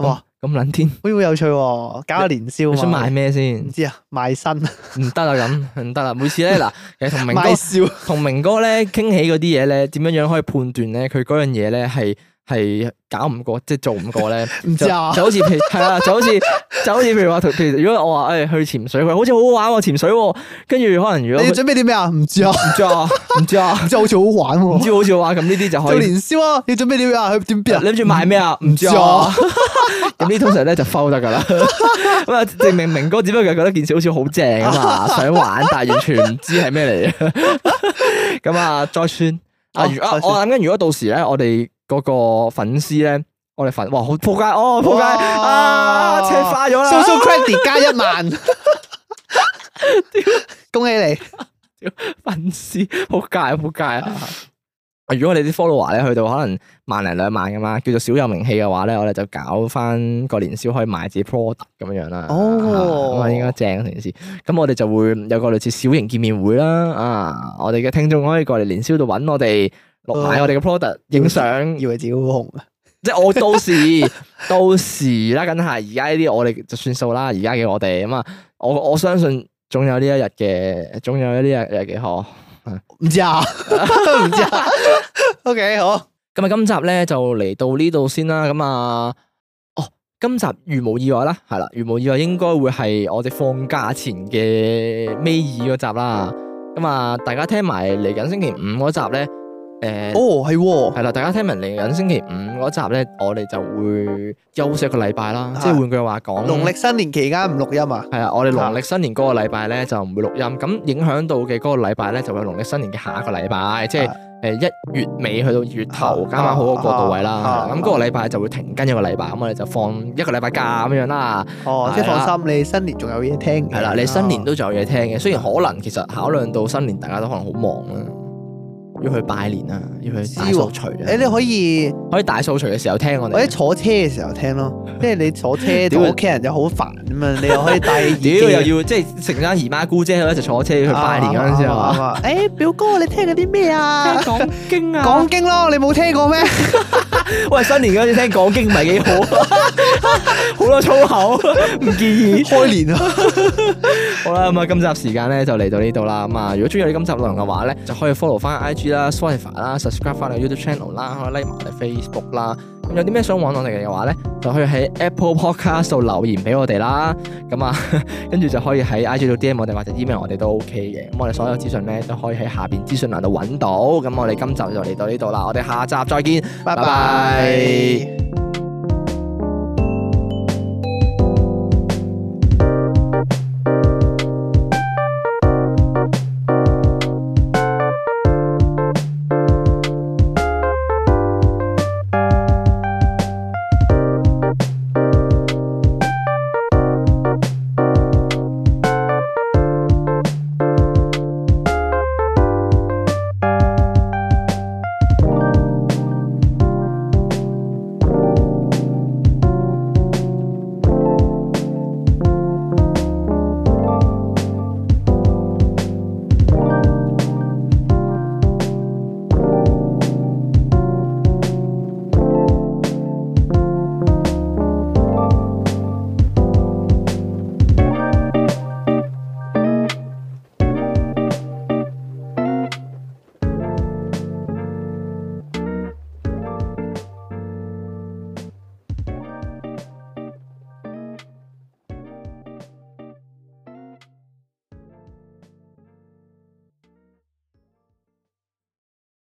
C: 啊哇
D: 咁撚天，
C: 好似好有趣喎！搞下年宵
D: 你
C: 啊
D: 想
C: 嘛
D: 賣咩
C: 唔
D: 先？
C: 知啊，賣身、
D: 唔得啦啊咁，唔得啦，每次咧 嗱，其實同明哥
C: 賣笑，
D: 同明哥咧傾起嗰啲嘢咧，點樣樣可以判斷咧？佢嗰樣嘢咧係係搞唔過，即係做唔過咧
C: ？唔知啊
D: 就就好似譬係啊，就好似就好似譬如話，譬如如果我話誒去潛水，佢好似好好玩喎潛水喎，跟住可能如果
C: 你
D: 唔
C: 準備啲咩啊？唔知啊，
D: 知啊，唔知啊，
C: 真係好似好玩
D: 唔
C: 喎。
D: 知好啊似話咁呢啲就可
C: 做
D: 以。
C: 年宵啊，你準備啲咩啊？去點邊啊？
D: 諗住買咩啊？唔知
C: 唔知
D: 啊
C: 啊。
D: 咁呢通常咧就 fold 得噶啦。 咁啊，證明明哥只不過係覺得件事好似好正啊 嘛，想玩，但係完全唔知係咩嚟 嘅。咁啊，再算啊，
C: 哦
D: 如啊
C: 再算
D: 我諗緊，如果到時咧，我哋嗰個粉絲咧，我哋粉哇好仆街哦，仆街
C: 哇
D: 啊，赤化咗啦。
C: social credit 加一萬，恭喜你！
D: 粉絲仆街啊，仆街啊！如果我哋啲 follower 咧去到可能萬零兩萬咁嘛，叫做小有名氣嘅話咧，我哋就搞翻個年宵可以賣自己 product 咁樣樣啦。
C: 哦
D: 啊咁啊應該正成件事。咁我哋就會有個類似小型見面會啦。啊，我哋嘅聽眾可以過嚟年宵度揾我哋，落買我哋嘅 product 影相。
C: 以為自己好紅啊！
D: 即係我到時到時啦，梗係而家呢啲我哋就算數啦。而家嘅我哋咁啊，我我相信總有呢一日嘅，總有呢一日嘅嗬。
C: 唔知啊， 唔知啊。OK，好，
D: 咁啊，今集咧就嚟到呢度先啦。咁啊，哦，今集如無意外啦，係啦，如無意外應該會係我哋放假前嘅尾二嗰集啦。咁啊，大家聽埋嚟緊星期五嗰集咧，誒、
C: 哦係喎，
D: 係啦，大家聽埋嚟緊星期五嗰集咧，我哋就會休息一個禮拜啦。即係換句話講，
C: 農曆新年期間唔錄音啊，
D: 係啊，我哋農曆新年嗰個禮拜咧就唔會錄音，咁影響到嘅嗰個禮拜咧就會係農曆新年嘅下一個禮拜，即係
C: 啊
D: 誒一月尾去到二月頭，
C: 啊
D: 啱啱好個過渡位
C: 啊
D: 啦。
C: 啊
D: 咁嗰個禮拜就會停更一個禮拜，咁我哋就放一個禮拜假咁樣啦。
C: 哦，即係
D: 係啦
C: 放心，你新年仲有嘢聽嘅。
D: 係啦，你新年
C: 哦
D: 都仲有嘢聽嘅，雖然可能其實考量到新年大家都可能好忙啦，要去拜年啊，要去大掃除啊。
C: 誒，你可以
D: 可以大掃除嘅時候聽我
C: 或者
D: 哋。
C: 坐車嘅時候聽 咯，即係你坐車
D: 屌
C: 同屋企人就好煩啊嘛，你又可以 戴耳
D: 屌
C: 機
D: 又要即係成班姨媽姑姐一齊坐車去拜年嗰陣時
C: 啊
D: 啊
C: 啊
D: 嘛，
C: 啊啊 誒，表哥你聽緊啲咩啊？
D: 講經啊
C: 講經咯，你冇聽過咩？
D: 喂，新年嗰陣聽講經唔係幾好， 好多粗口，唔建議。
C: 開年 啊！
D: 好啦，咁啊，今集時間咧就嚟到呢度啦。咁啊，如果中意我哋今集內容嘅話咧，就可以 follow 翻 IG 啦、Spotify 啦、subscribe 翻我哋 YouTube channel 啦，可以 like 埋我哋 Facebook 啦。咁有啲咩想揾我哋嘅話咧，就可以喺 Apple Podcast 度留言俾我哋啦。咁啊， 跟住就可以喺 IG 度 DM 我哋或者 email 我哋都 OK 嘅。咁我哋所有資訊咧都可以喺下邊資訊欄度揾到。咁我哋今集就嚟到呢度啦，我哋下集再見，
C: 拜
D: 拜拜
C: 拜。